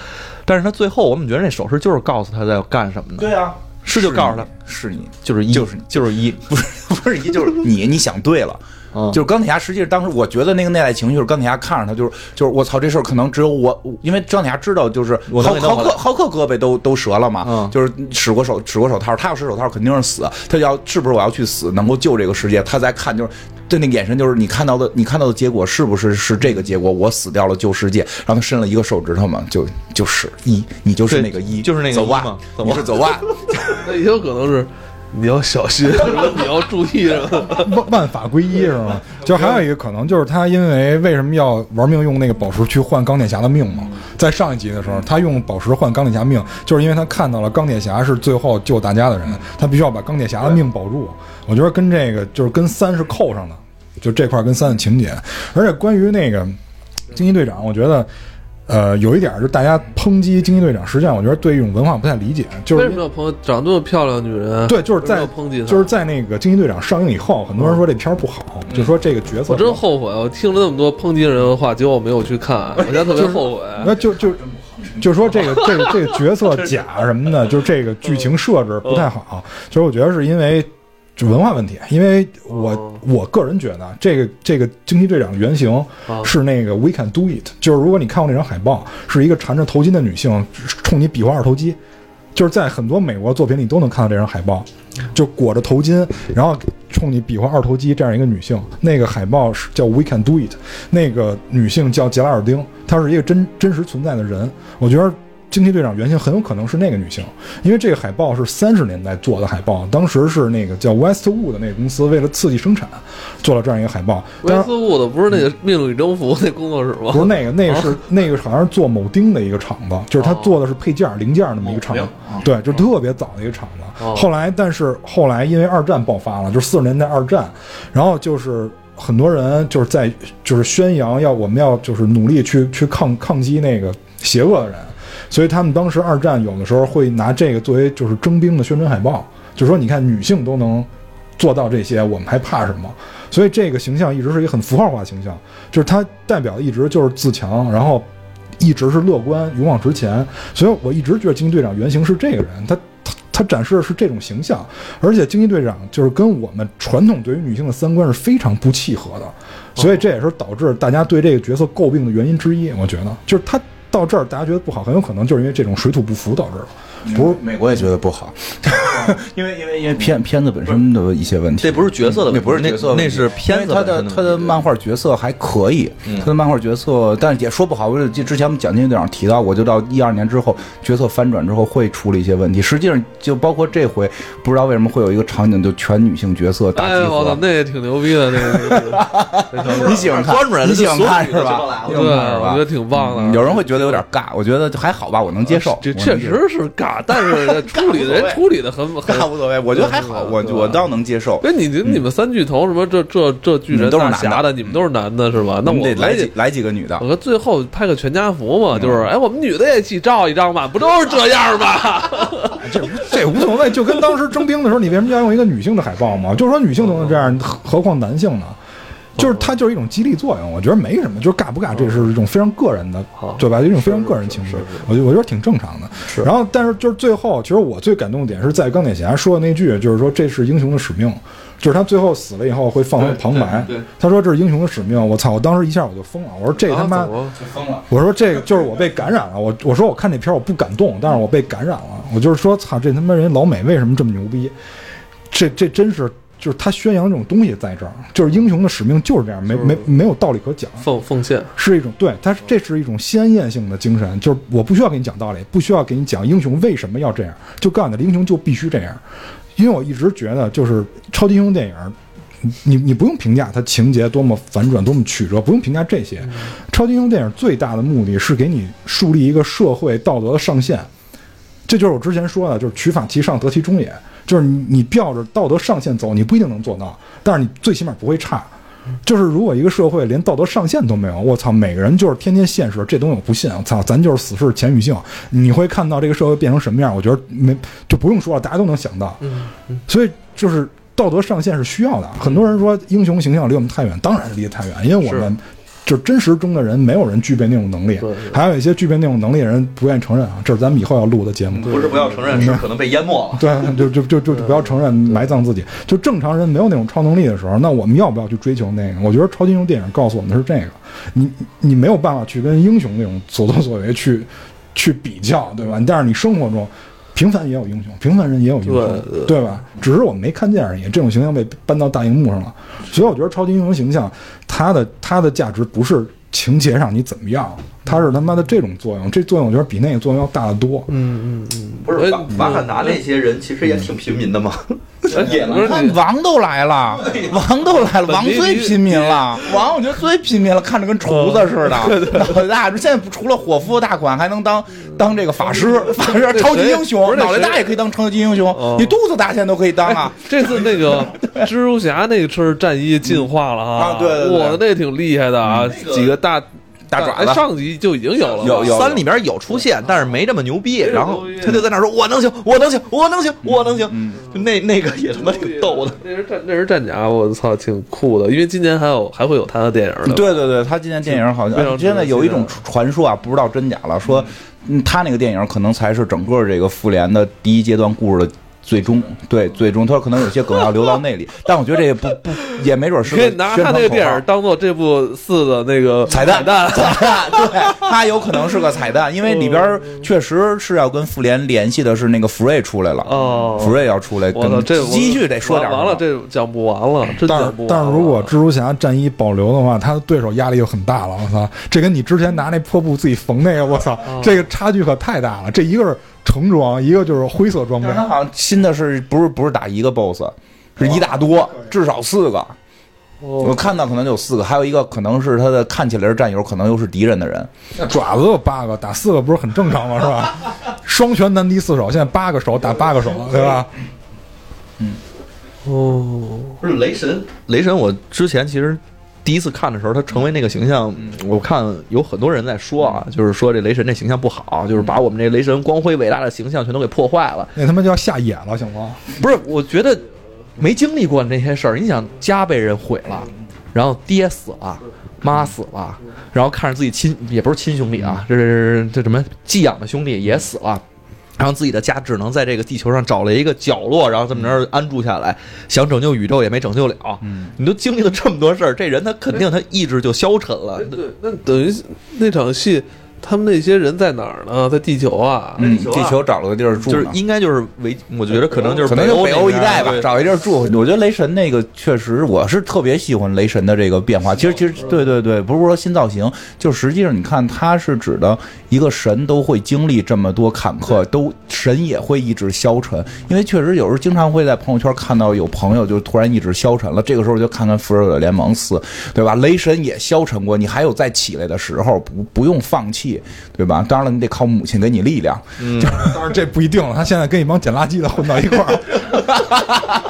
Speaker 3: 但是他最后我们觉得那手势就是告诉他在干什么呢？
Speaker 4: 啊，
Speaker 3: 是就告诉他
Speaker 4: 是你，
Speaker 3: 就是一
Speaker 4: 就是你
Speaker 3: 就是一，
Speaker 4: 不是 不是一就是你，你想对了。
Speaker 3: 嗯
Speaker 4: 就是钢铁侠，实际上当时我觉得那个内在情绪是钢铁侠看着他，就是就是我操，这事儿可能只有我，因为钢铁侠知道，就是
Speaker 3: 我
Speaker 4: 浩
Speaker 3: 能给
Speaker 4: 浩
Speaker 3: 弄回
Speaker 4: 克
Speaker 3: 来
Speaker 4: 浩克胳膊都都折了嘛，
Speaker 3: 嗯
Speaker 4: 就是使过手使过手套，他要使手套肯定是死，他要是不是我要去死，能够救这个世界，他在看就是。对，那个眼神就是你看到的，你看到的结果是不是是这个结果？我死掉了救世界，然后他伸了一个手指头嘛，就就是一，你就是
Speaker 3: 对
Speaker 4: 那个一，
Speaker 3: 就是那个
Speaker 4: 走
Speaker 3: 一
Speaker 4: 吧
Speaker 3: 嘛，走
Speaker 4: 你
Speaker 3: 吧
Speaker 4: 是走 吧，
Speaker 1: 那也有可能是你要小 心，什么你要注意什么。
Speaker 2: 万万法归一是吗？就还有一个可能就是他因为为什么要玩命用那个宝石去换钢铁侠的命嘛？在上一集的时候，他用宝石换钢铁侠命，就是因为他看到了钢铁侠是最后救大家的人，他必须要把钢铁侠的命保住。我觉得跟这个就是跟三是扣上的，就这块跟三的情节。而且关于那个惊奇队长，我觉得。呃，有一点就是大家抨击惊奇队长，实际上我觉得对一种文化不太理解，就是
Speaker 1: 为什么要朋友长这么漂亮的女 人？
Speaker 2: 对，就
Speaker 1: 为
Speaker 2: 是在
Speaker 1: 什么要抨击她，
Speaker 2: 就是在那个《惊奇队长》上映以后，很多人说这片儿不好，就说这个角
Speaker 1: 嗯
Speaker 2: 色
Speaker 1: 我真后悔，我听了那么多抨击人的话，结果我没有去看，我现在特别后悔。
Speaker 2: 那就就就 说这个这个这个角色假什么的，就是这个剧情设置不太
Speaker 1: 嗯
Speaker 2: 好。其实我觉得是因为就文化问题，因为
Speaker 1: 嗯
Speaker 2: 我我个人觉得啊这个这个惊奇队长的原型
Speaker 1: 嗯
Speaker 2: 是那个 We Can Do It，就是如果你看过那张海报，是一个缠着头巾的女性冲你比划二头肌。就是在很多美国作品里都能看到这张海报，就裹着头巾，然后冲你比划二头肌这样一个女性。那个海报是叫《We Can Do It》，那个女性叫杰拉尔丁，她是一个真真实存在的人。我觉得惊奇队长原型很有可能是那个女性，因为这个海报是三十年代做的海报，当时是那个叫 Westwood 的那个公司为了刺激生产做了这样一个海报。
Speaker 1: 维
Speaker 2: 当然
Speaker 1: 斯布的不是那个《命令与征服》那工作室吗？啊
Speaker 2: 不是那个，那个是那个好像是做铆钉的一个厂子，就是他做的是配件儿、零件儿那么一个厂子
Speaker 1: 哦，
Speaker 2: 对，就特别早的一个厂子。
Speaker 1: 哦
Speaker 2: 后来，但是后来因为二战爆发了，就是四十年代二战，然后就是很多人就是在就是宣扬要我们要就是努力去去抗抗击那个邪恶的人，所以他们当时二战有的时候会拿这个作为就是征兵的宣传海报，就说你看女性都能做到这些，我们还怕什么？所以这个形象一直是一个很符号化的形象，就是它代表的一直就是自强，然后一直是乐观、勇往直前。所以我一直觉得惊奇队长原型是这个人，他他他展示的是这种形象，而且惊奇队长就是跟我们传统对于女性的三观是非常不契合的，所以这也是导致大家对这个角色诟病的原因之一。我觉得，就是他到这儿大家觉得不好，很有可能就是因为这种水土不服导致的。不是
Speaker 4: 美国也觉得不好，因为因为因为片片子本身的一些问题，
Speaker 5: 这不是角色的问题
Speaker 4: 那不是角色的问题，
Speaker 3: 那那是片子
Speaker 4: 因为他
Speaker 3: 本身的
Speaker 4: 的
Speaker 3: 问题
Speaker 4: 他的漫画角色还可以，他的漫画角色，但是也说不好。我记之前我们讲金队长提到过，就到一二年之后，角色翻转之后会出了一些问题。实际上，就包括这回，不知道为什么会有一个场景，就全女性角色 打啊
Speaker 1: 哎
Speaker 4: 集
Speaker 1: 我操
Speaker 4: 合，。
Speaker 1: 那也挺牛逼的，那 个
Speaker 4: 你喜欢看
Speaker 5: 端出来？了
Speaker 4: 你喜欢
Speaker 5: 就所有
Speaker 4: 看
Speaker 5: 女
Speaker 4: 是
Speaker 5: 的就
Speaker 4: 吧
Speaker 5: 来？了
Speaker 4: 你
Speaker 1: 对，
Speaker 4: 喜欢看是
Speaker 1: 我
Speaker 4: 吧
Speaker 1: 觉得挺棒的。
Speaker 4: 嗯有人会觉得有点尬，我觉得还好吧，我能接受。
Speaker 1: 这
Speaker 4: 我能
Speaker 1: 确
Speaker 4: 接受
Speaker 1: 实是尬，但是处 理的人处理的很很
Speaker 4: 尬无所谓，我觉得还好，我
Speaker 1: 对吧
Speaker 4: 我倒能接受。
Speaker 1: 那你你你们三巨头什么这这这巨人
Speaker 4: 你们都是
Speaker 1: 大
Speaker 4: 男的
Speaker 1: 侠的，你们都是男的是吧？那
Speaker 4: 你
Speaker 1: 我
Speaker 4: 得来
Speaker 1: 解
Speaker 4: 几来几个嗯女的
Speaker 1: 我，说最后拍个全家福嘛，就是哎，我们女的也一起照一张吧，不都是这样吗？
Speaker 2: 这无这无所谓，就跟当时征兵的时候，你为什么要用一个女性的海报嘛？就是说女性都能这样，何何况男性呢？就是它就是一种激励作用，我觉得没什么，就是尬不尬，这是一种非常个人的
Speaker 1: 哦好，
Speaker 2: 对吧？一种非常个人情绪，我觉得我觉得挺正常的。然后，但是就是最后，其实我最感动的点是在于钢铁侠说的那句，就是说这是英雄的使命，就是他最后死了以后会放旁白，他说这是英雄的使命。我操！我当时一下我就疯了，我说这他妈。
Speaker 1: 啊怎么了
Speaker 2: 我说这个就是我被感染了，我我说我看这片儿我不感动，但是我被感染了。我就是说，操，这他妈人老美为什么这么牛逼？这这真是就是他宣扬这种东西在这儿，就是英雄的使命就是这样，没没没有道理可讲，
Speaker 1: 奉奉 献，
Speaker 2: 是一种对他这是一种先验性的精神，就是我不需要给你讲道理，不需要给你讲英雄为什么要这样，就告诉你英雄就必须这样。因为我一直觉得，就是超级英雄电影，你你不用评价它情节多么反转、多么曲折，不用评价这些。超级英雄电影最大的目的是给你树立一个社会道德的上限，这就是我之前说的，就是取法其上，得其中也。就是你你吊着道德上限走，你不一定能做到，但是你最起码不会差。就是如果一个社会连道德上限都没有，我操，每个人就是天天现实，这东西我不信，我操，咱就是死是钱与性，你会看到这个社会变成什么样？我觉得没就不用说了，大家都能想到。所以就是道德上限是需要的。很多人说英雄形象离我们太远，当然离得太远，因为我们就真实中的人，没有人具备那种能力，还有一些具备那种能力的人不愿意承认啊。这是咱们以后要录的节目。
Speaker 3: 不是不要承认，是可能被淹 没了。
Speaker 2: 对，就就就就就不要承认埋葬自己。就正常人没有那种超能力的时候，那我们要不要去追求那个？我觉得超级英雄电影告诉我们的是这个，你你没有办法去跟英雄那种所作所为去去比较，对吧？但是你生活中。平凡也有英雄，平凡人也有英雄，
Speaker 1: 对
Speaker 2: 对吧？只是我们没看见而已。这种形象被搬到大荧幕上了，所以我觉得超级英雄形象，它的它的价值不是情节上你怎么样，它是他妈的这种作用，这作用我觉得比那个作用要大得多。
Speaker 1: 嗯嗯嗯，
Speaker 3: 不
Speaker 1: 哎
Speaker 3: 是瓦瓦坎达那些人其实也挺平民的嘛，也
Speaker 1: 不是你
Speaker 3: 能。
Speaker 4: 看王都来了，王都来了，王最平民了，王我觉得最平民了，看着跟厨子似的，脑袋大。现在除了伙夫大款，还能当当这个法师，法师超级英
Speaker 1: 不
Speaker 4: 雄，
Speaker 1: 是那
Speaker 4: 脑袋
Speaker 1: 谁
Speaker 4: 大也可以当超级英
Speaker 1: 哦
Speaker 4: 雄，你肚子大现在都可以当啊。
Speaker 1: 这次那 个蜘蛛侠那个身战衣进化了哈，
Speaker 4: 啊对对对嗯
Speaker 1: 我那挺厉害的啊，几个大
Speaker 4: 大爪子
Speaker 1: 哎上集就已经有了吧，
Speaker 4: 有有
Speaker 5: 三里面有出现，但是没这么牛逼。
Speaker 1: 这么
Speaker 5: 然后
Speaker 1: 牛逼
Speaker 5: 他就在那儿说：“我能行，我能行，我能行，我能
Speaker 4: 嗯
Speaker 5: 行。”就那那个也他妈挺逗的。
Speaker 1: 那是战那是战甲，我操，挺酷的，因为今年还有还会有他的电影的，
Speaker 4: 对对对，他今年电影好
Speaker 1: 非常
Speaker 4: 像
Speaker 1: 值得
Speaker 4: 现在有一种
Speaker 1: 期
Speaker 4: 传说啊，不知道真假了，说嗯他那个电影可能才是整个这个复联的第一阶段故事的。最终，对最终，他说可能有些梗要留到那里，但我觉得这也不不，也没准是
Speaker 1: 你
Speaker 4: 个
Speaker 1: 可以拿
Speaker 4: 宣
Speaker 1: 他
Speaker 4: 传
Speaker 1: 那个
Speaker 4: 口
Speaker 1: 电
Speaker 4: 号
Speaker 1: 影当做这部四的那个
Speaker 4: 彩蛋
Speaker 1: 蛋，
Speaker 4: 彩蛋，对，它有可能是个彩蛋，因为里边儿
Speaker 1: 嗯
Speaker 4: 确实是要跟复联联系的是那个福瑞出来了，
Speaker 1: 哦
Speaker 4: 福瑞要出来，
Speaker 1: 我操，
Speaker 4: 跟
Speaker 1: 这我
Speaker 4: 继续得说点
Speaker 1: 完了，
Speaker 4: 什么
Speaker 1: 这讲不完了，真
Speaker 2: 但
Speaker 1: 讲
Speaker 2: 是
Speaker 1: 不完了。
Speaker 2: 但是如果蜘蛛侠战衣保留的话，他的对手压力就很大了。我操，这跟你之前拿那破布自己缝那个，我操，
Speaker 1: 嗯
Speaker 2: 这个差距可太大了。这一个是橙装，一个就是灰色装备
Speaker 4: 但是。他好像新的是不是不是打一个 BOSS，是一大多，至少四个。我看到可能有四个，还有一个可能是他的看起来是战友，可能又是敌人的人。
Speaker 2: 那爪子有八个，打四个不是很正常吗？是吧？ 双拳难敌四手，现在八个手打八个手了，对吧？
Speaker 1: 哦，
Speaker 3: 不是雷神，雷神，我之前其实第一次看的时候，他成为那个形象，
Speaker 4: 嗯
Speaker 3: 我看有很多人在说啊，就是说这雷神这形象不好，就是把我们这雷神光辉伟大的形象全都给破坏了。
Speaker 2: 那他妈就要下野了，行吗？
Speaker 3: 不是，我觉得没经历过那些事儿。你想，家被人毁了，然后爹死了，妈死了，然后看着自己亲也不是亲兄弟
Speaker 4: 嗯
Speaker 3: 啊，这是这什么寄养的兄弟也死了。然后自己的家只能在这个地球上找了一个角落，然后这么着安住下
Speaker 4: 嗯
Speaker 3: 来，想拯救宇宙也没拯救了。你都经历了
Speaker 4: 嗯
Speaker 3: 这么多事儿，这人他肯定他意志就消沉了。
Speaker 1: 对，那等于那场戏他们那些人在哪儿呢？在地球啊，
Speaker 4: 嗯，
Speaker 5: 地球啊
Speaker 4: 地球找了个地儿住
Speaker 3: 就
Speaker 4: 呢，
Speaker 3: 是应该就是维，我觉得可能就是
Speaker 4: 可能就
Speaker 3: 北
Speaker 4: 北欧一带吧，
Speaker 3: 那边
Speaker 4: 找一地儿住。我觉得雷神那个确实，我是特别喜欢雷神的这个变化。其实，其
Speaker 3: 嗯
Speaker 4: 实对对对，不是说新造型，就实际上你看，他是指的一个神都会经历这么多坎坷，都神也会意志消沉。因为确实有时候经常会在朋友圈看到有朋友就突然意志消沉了，这个时候就看看《复仇者联盟四》，对吧？雷神也消沉过，你还有再起来的时候，不不用放弃，对吧？当然了，你得靠母亲给你力量。
Speaker 1: 嗯
Speaker 2: 但是这不一定了，他现在跟一帮捡垃圾的混到一 块儿，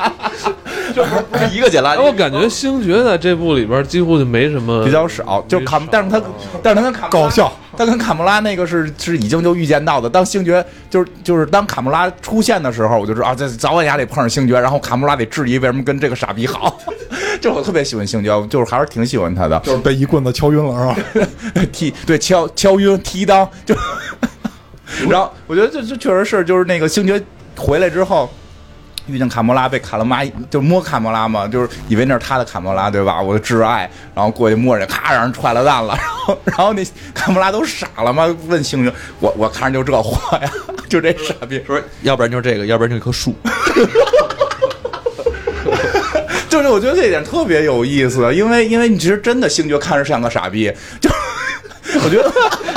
Speaker 5: 不是一个捡垃
Speaker 1: 哎，我感觉星爵在这部里边几乎就没什么
Speaker 4: 呃比较少，啊就是卡，但是他，但是他跟卡
Speaker 2: 搞笑，
Speaker 4: 他跟卡莫拉那个是是已经就预见到的。当星爵就是就是当卡莫拉出现的时候，我就知道啊，这早晚也得碰上星爵，然后卡莫拉得质疑为什么跟这个傻逼好。 就我特别喜欢星爵，我就是还是挺喜欢他的。
Speaker 2: 就是被一棍子敲晕了，是吧？
Speaker 4: 踢对敲敲晕踢裆就， 然后我觉得这这确实是就是那个星爵回来之后。遇见卡莫拉被卡罗妈就摸卡莫拉嘛，就是以为那是他的卡莫拉对吧？我的挚爱，然后过去摸着，咔让人踹了蛋了，然后然后那卡莫拉都傻了嘛，问星爵我我看着就这货呀， 就这傻逼，
Speaker 3: 说要不然就是这个，要不然就一棵树。
Speaker 4: 就是我觉得这一点特别有意思，因为因为你其实真的星爵看着像个傻逼，就我觉得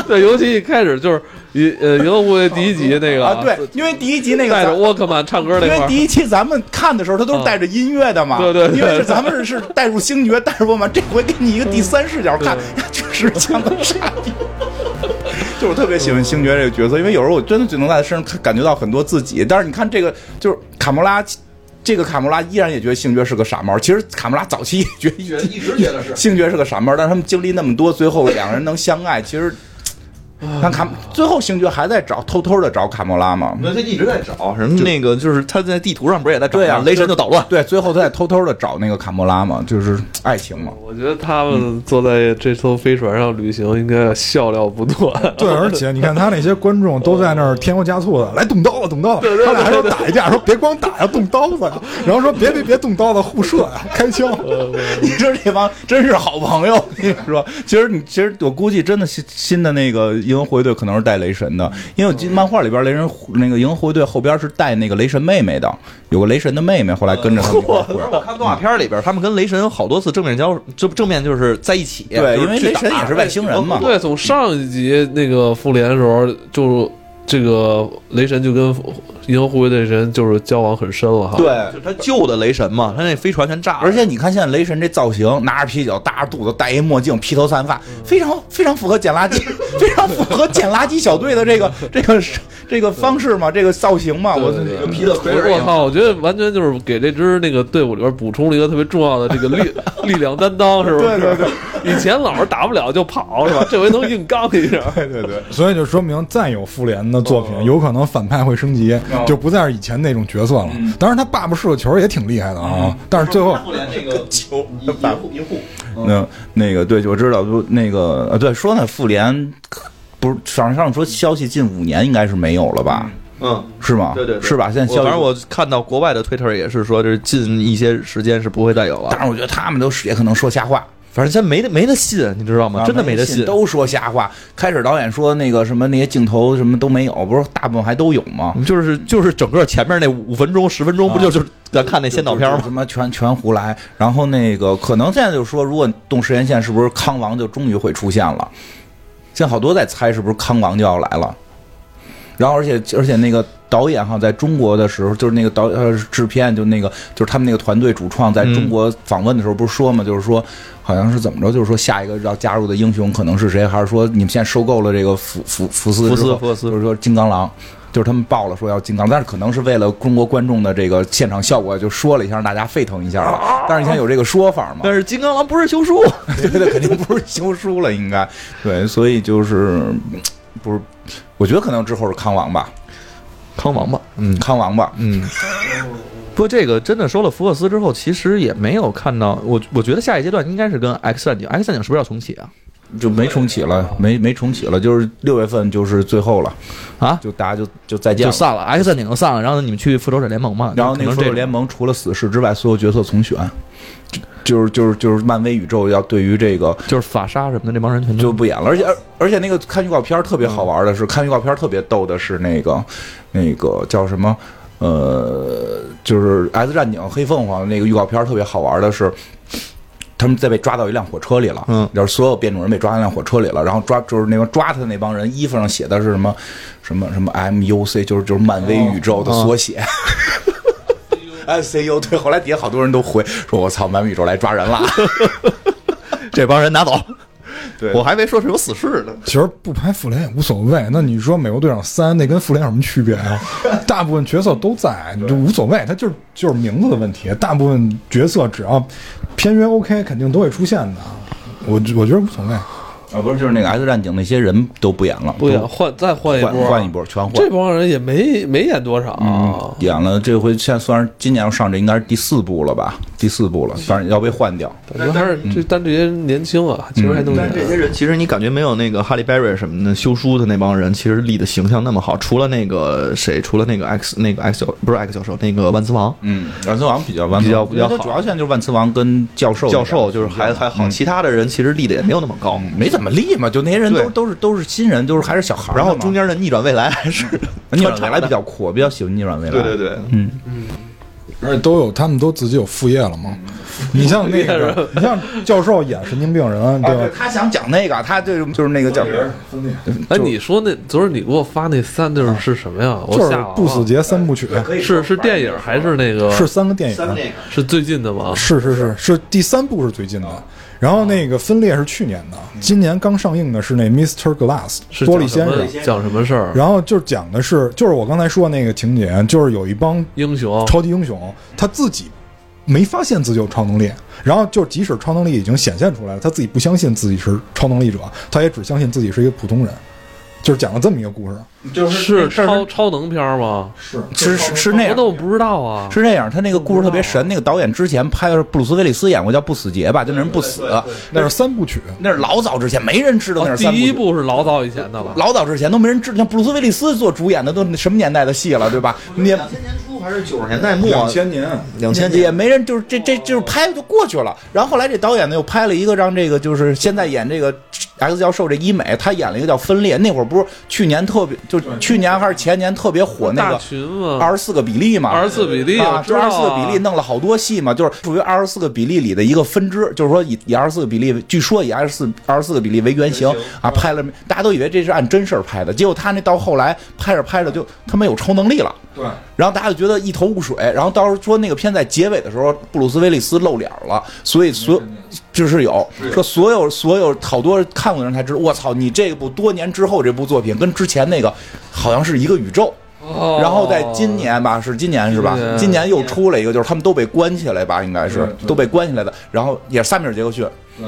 Speaker 1: 对，尤其一开始就是一呃，银河护卫第一集那个
Speaker 4: 啊对，因为第一集那个
Speaker 1: 带着
Speaker 4: 咱
Speaker 1: 沃克曼唱歌那
Speaker 4: 因
Speaker 1: 块
Speaker 4: 为
Speaker 1: 儿啊
Speaker 4: 第一期咱们看的时候，他都是带着音乐的嘛，
Speaker 1: 嗯对对对
Speaker 4: 因为是咱们是是带入星爵，带入我们这回给你一个第三视角看， 确实像个傻逼。 就是我特别喜欢星爵这个角色，因为有时候我真的只能在他身上感觉到很多自己。但是你看这个，就是卡莫拉，这个卡莫拉依然也觉得星爵是个傻帽。其实卡莫拉早期也觉得
Speaker 5: 一直觉得是。
Speaker 4: 星爵是个傻帽，但是他们经历那么多，最后两个人能相爱，其实。 看卡，最后星爵还在找，偷偷的找卡莫拉嘛？
Speaker 3: 我觉得他一直在找什么那个，就是他在地图上不是也在找吗？
Speaker 4: 对啊
Speaker 3: 雷神就捣乱。
Speaker 4: 对，最后他在偷偷的找那个卡莫拉嘛，就是爱情嘛。
Speaker 1: 我觉得他们坐在这艘飞船上旅行，应该笑料不 断。
Speaker 2: 对，而且你看他那些观众都在那儿添油加醋的，来动刀了，动刀了，他俩还说打一架，说别光打呀，动刀子呀，然后说别别别动刀子，互射呀，开枪。
Speaker 4: 你说这帮真是好朋友，我跟你说，其实你其实我估计真的新新的那个银河护卫队可能是带雷神的，因为我记漫画里边雷神那个银河护卫队后边是带那个雷神妹妹的，有个雷神的妹妹后来跟着他们一块儿混。
Speaker 3: 我看动画片里边，他们跟雷神有好多次正面交，正正面就是在一起。
Speaker 4: 对，
Speaker 3: 就是
Speaker 4: 因为
Speaker 3: 去
Speaker 4: 雷
Speaker 3: 打
Speaker 4: 神也是外 星人嘛。
Speaker 1: 对，从上一集那个复联的时候，就这个雷神就跟银河护卫队神就是交往很深了哈。，
Speaker 4: 对
Speaker 3: 就是他救的雷神嘛，他那飞船全炸了，
Speaker 4: 而且你看现在雷神这造型，拿着啤酒，搭着肚子，戴一墨镜，披头散发，
Speaker 3: 嗯
Speaker 4: 非常非常符合捡垃 圾，非常符合捡垃圾小队的这个这个这个方式嘛，这个造型嘛，我
Speaker 1: 对对对
Speaker 4: 皮特奎
Speaker 1: 我靠，我觉得完全就是给这支那个队伍里边补充了一个特别重要的这个 力力量担当，是不是？
Speaker 4: 对对
Speaker 1: 对，以前老是打不了就跑是吧？这回能硬刚一下。
Speaker 4: 对对对，
Speaker 2: 所以就说明再有复联的作品，有可能反派会升级，就不再是以前那种角色了。当然，他爸爸是个球也挺厉害的啊，但是最后
Speaker 5: 复联那个球银护银护，
Speaker 4: 那那个对，我知道，不那个呃，对，说呢，复联不是网上说消息近五年应该是没有了吧？
Speaker 3: 嗯，
Speaker 4: 是吗？
Speaker 3: 对对，对
Speaker 4: 啊是吧？现在
Speaker 3: 我
Speaker 4: 消息
Speaker 3: 反正我看到国外的推特也是说，就是近一些时间是不会再有了
Speaker 4: 但。是我觉得他们都是也可能说瞎话。
Speaker 3: 反正现在没得没得信，你知道吗？
Speaker 4: 啊
Speaker 3: 真的没得
Speaker 4: 信，都说瞎话。开始导演说那个什么那些镜头什么都没有，不是大部分还都有吗？
Speaker 3: 就是就是整个前面那五分钟十分钟，不就就是咱看那先导片
Speaker 4: 就
Speaker 3: 吗
Speaker 4: 是？什么全全胡来。然后那个可能现在就说，如果动时间线，是不是康王就终于会出现了？现在好多在猜是不是康王就要来了。然后而且而且那个导演哈，在中国的时候，就是那个导呃制片，就那个就是他们那个团队主创
Speaker 3: 嗯
Speaker 4: 在中国访问的时候，不是说嘛，就是说好像是怎么着，就是说下一个要加入的英雄可能是谁，还是说你们现在收购了这个福福福斯
Speaker 3: 福
Speaker 4: 之
Speaker 3: 斯
Speaker 4: 后
Speaker 3: 福斯
Speaker 4: 就是说金刚狼。就是他们报了说要金刚，但是可能是为了中国观众的这个现场效果，就说了一下让大家沸腾一下
Speaker 3: 啊
Speaker 4: 了。但是以前有这个说法嘛
Speaker 3: 但，是金刚狼不是修书，
Speaker 4: 对对，肯定不是修书了，应该对，所以就是不是，我觉得可能之后是康王吧，
Speaker 3: 康王吧？嗯
Speaker 4: 康王吧，
Speaker 3: 嗯。不过这个真的收了福克斯之后，其实也没有看到我，我觉得下一阶段应该是跟 X 战警，X 战警是不是要重启啊？
Speaker 4: 就没重启了，没没重启了，就是六月份就是最后了
Speaker 3: 啊
Speaker 4: 就大家就就再见
Speaker 3: 就
Speaker 4: 了。
Speaker 3: 散了，X 战警就散了，然后你们去复仇者联盟嘛。
Speaker 4: 然后那个
Speaker 3: 可能
Speaker 4: 复
Speaker 3: 这
Speaker 4: 仇联盟除了死侍之外，所有角色重选，就是就是就是漫威宇宙要对于这个
Speaker 3: 就是法沙什么的那帮人全都
Speaker 4: 就不演了，而且而而且那个看预告片儿特别好玩的是，看预告片儿特别逗的是那个那个叫什么呃，就是《X 战警：黑凤凰》那个预告片儿特别好玩的是。他们在被抓到一辆火车里了，
Speaker 3: 嗯
Speaker 4: 就是所有变种人被抓到一辆火车里了，然后抓就是那帮抓他的那帮人衣服上写的是什么什么什么 MUC，就是就是漫威宇宙的缩写。MCU 对，后来底下好多人都回说：“我操，漫威宇宙来抓人了。
Speaker 3: 这帮人拿走。
Speaker 4: 对
Speaker 3: 我还没说是有死士呢。
Speaker 2: 其实不拍复联也无所谓。那你说《美国队长三》那跟复联有什么区别 啊？大部分角色都在，就无所谓，它就是就是名字的问题。大部分角色只要片约 OK，肯定都会出现的。我我觉得无所谓。”
Speaker 4: 啊，不是，就是那个 X 战警那些人都不演了，
Speaker 1: 不演
Speaker 4: 都
Speaker 1: 换再换一
Speaker 4: 换
Speaker 1: 波，
Speaker 4: 换一波，全换。
Speaker 1: 这帮人也没没演多少，啊
Speaker 4: 嗯，演了这回，现在算是今年上这应该是第四部了吧？第四部了，反正要被换掉。
Speaker 1: 感觉还是这但这些人年轻啊，其实还能
Speaker 3: 但这些
Speaker 1: 演。
Speaker 3: 人其实你感觉没有那个哈利贝瑞什么的修书的那帮人，其实立的形象那么好。除了那个谁，除了那个 X 那个 X 教不是 X 教授，那个万磁王
Speaker 4: 嗯，万磁王比较万
Speaker 3: 比较
Speaker 4: 比较
Speaker 3: 比较好
Speaker 4: 主要现在就是万磁王跟教授
Speaker 3: 教授，就是还还好，其他的人其实立的也没有那么高。
Speaker 4: 没怎么立嘛，就那些人都
Speaker 3: 对
Speaker 4: 都是都是新人，就是还是小孩儿呢
Speaker 3: 然
Speaker 4: 嘛。
Speaker 3: 后中间的逆转未来还是
Speaker 4: 逆转未来比较酷，我比较喜欢逆转未来。
Speaker 3: 对对对，
Speaker 4: 嗯，
Speaker 2: 而且都有，他们都自己有副业了嘛。你像那个，你像教授演神经病人，
Speaker 4: 啊，
Speaker 2: 对
Speaker 4: 对
Speaker 2: 吧？
Speaker 4: 他想讲那个，他就是就是那个叫
Speaker 2: 分裂，
Speaker 1: 哎，你说那昨儿你给我发那三就是是什么呀？我
Speaker 2: 就是
Speaker 1: 吓
Speaker 2: 《
Speaker 1: 了啊
Speaker 2: 不死劫》三部曲，
Speaker 1: 是是电影还是那个？
Speaker 2: 是三个电影，
Speaker 1: 是最近的吗？
Speaker 2: 是是是是第三部是最近
Speaker 1: 啊
Speaker 2: 的，然后那个分裂是去年的，今年刚上映的是那 Mr. Glass
Speaker 1: 嗯是
Speaker 2: 玻
Speaker 1: 讲什
Speaker 2: 璃先
Speaker 1: 么
Speaker 2: 生，
Speaker 1: 讲什么事儿？
Speaker 2: 然后就是讲的是，就是我刚才说那个情节，就是有一帮
Speaker 1: 英雄
Speaker 2: 超级英雄，他自己没发现自己有超能力，然后就即使超能力已经显现出来了，他自己不相信自己是超能力者，他也只相信自己是一个普通人，就是讲了这么一个故事。
Speaker 1: 是超超能片儿吗？
Speaker 2: 是，
Speaker 4: 是是是那
Speaker 1: 我
Speaker 4: 样
Speaker 1: 都不知道啊。
Speaker 4: 是这样，他那个故事特别神。那个导演之前拍的是布鲁斯威利斯演过叫《不死劫》吧，就那人不死，
Speaker 2: 那是三部曲，
Speaker 4: 那是老早之前没人知道那
Speaker 1: 哦
Speaker 4: 是
Speaker 1: 第
Speaker 4: 三部曲
Speaker 1: 一部是老早以前的了。
Speaker 4: 老早之前都没人知，像布鲁斯威利斯做主演的都什么年代的戏了，对吧？你也
Speaker 3: 千年初还是九十年代末？
Speaker 2: 年，
Speaker 3: 两千
Speaker 4: 也
Speaker 3: 年。
Speaker 4: 没人，就是这这就是拍就过去了。然后后来这导演呢又拍了一个让这个就是现在演这个 X 教授这医美，他演了一个叫《分裂》，那会儿不是去年特别就去年还是前年特别火那
Speaker 1: 大
Speaker 4: 个
Speaker 1: 群嘛，
Speaker 4: 二十四个比例嘛，
Speaker 1: 嗯二十四比例，
Speaker 4: 啊，
Speaker 1: 我知
Speaker 4: 就
Speaker 1: 道
Speaker 4: 二
Speaker 1: 啊
Speaker 4: 十四个比例弄了好多戏嘛，就是属于二十四个比例里的一个分支，就是说以以二十四个比例，据说以二十四二十四个比例为原型啊，
Speaker 1: 嗯
Speaker 4: 拍了，大家都以为这是按真事儿拍的，结果他那到后来拍着拍着就他妈有超能力了。
Speaker 2: 对，
Speaker 4: 然后大家就觉得一头雾水，然后到时候说那个片在结尾的时候，布鲁斯威利斯露脸了，所以所就是有说所有所有好多看过的人才知道，我操，你这部多年之后这部作品跟之前那个好像是一个宇宙，
Speaker 1: 哦
Speaker 4: 然后在今年吧，是今年是吧
Speaker 1: 今？年
Speaker 4: 今年又出了一个，就是他们都被关起来吧，应该是都被关起来的。然后也是萨米尔杰克逊，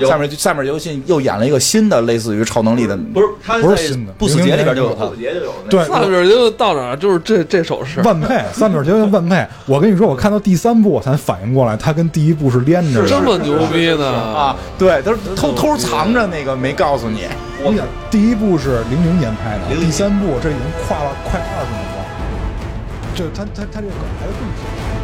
Speaker 4: 萨米尔萨米尔杰克逊又演了一个新的类似于超能力的，
Speaker 3: 不是他
Speaker 2: 不是新的
Speaker 3: 不死劫里边就有他
Speaker 2: 不，
Speaker 1: 那
Speaker 2: 对。
Speaker 1: 边就到哪儿就是这这首诗。
Speaker 2: 万配三本球万配，我跟你说，我看到第三部我才反应过来，它跟第一部是连着的。
Speaker 1: 这么牛逼呢
Speaker 4: 啊！，对，他是偷偷藏着那个没告诉你。
Speaker 2: 我想第一部是零零年拍的，第三部这已经跨了快二十年了。这他他他这个梗还是更久。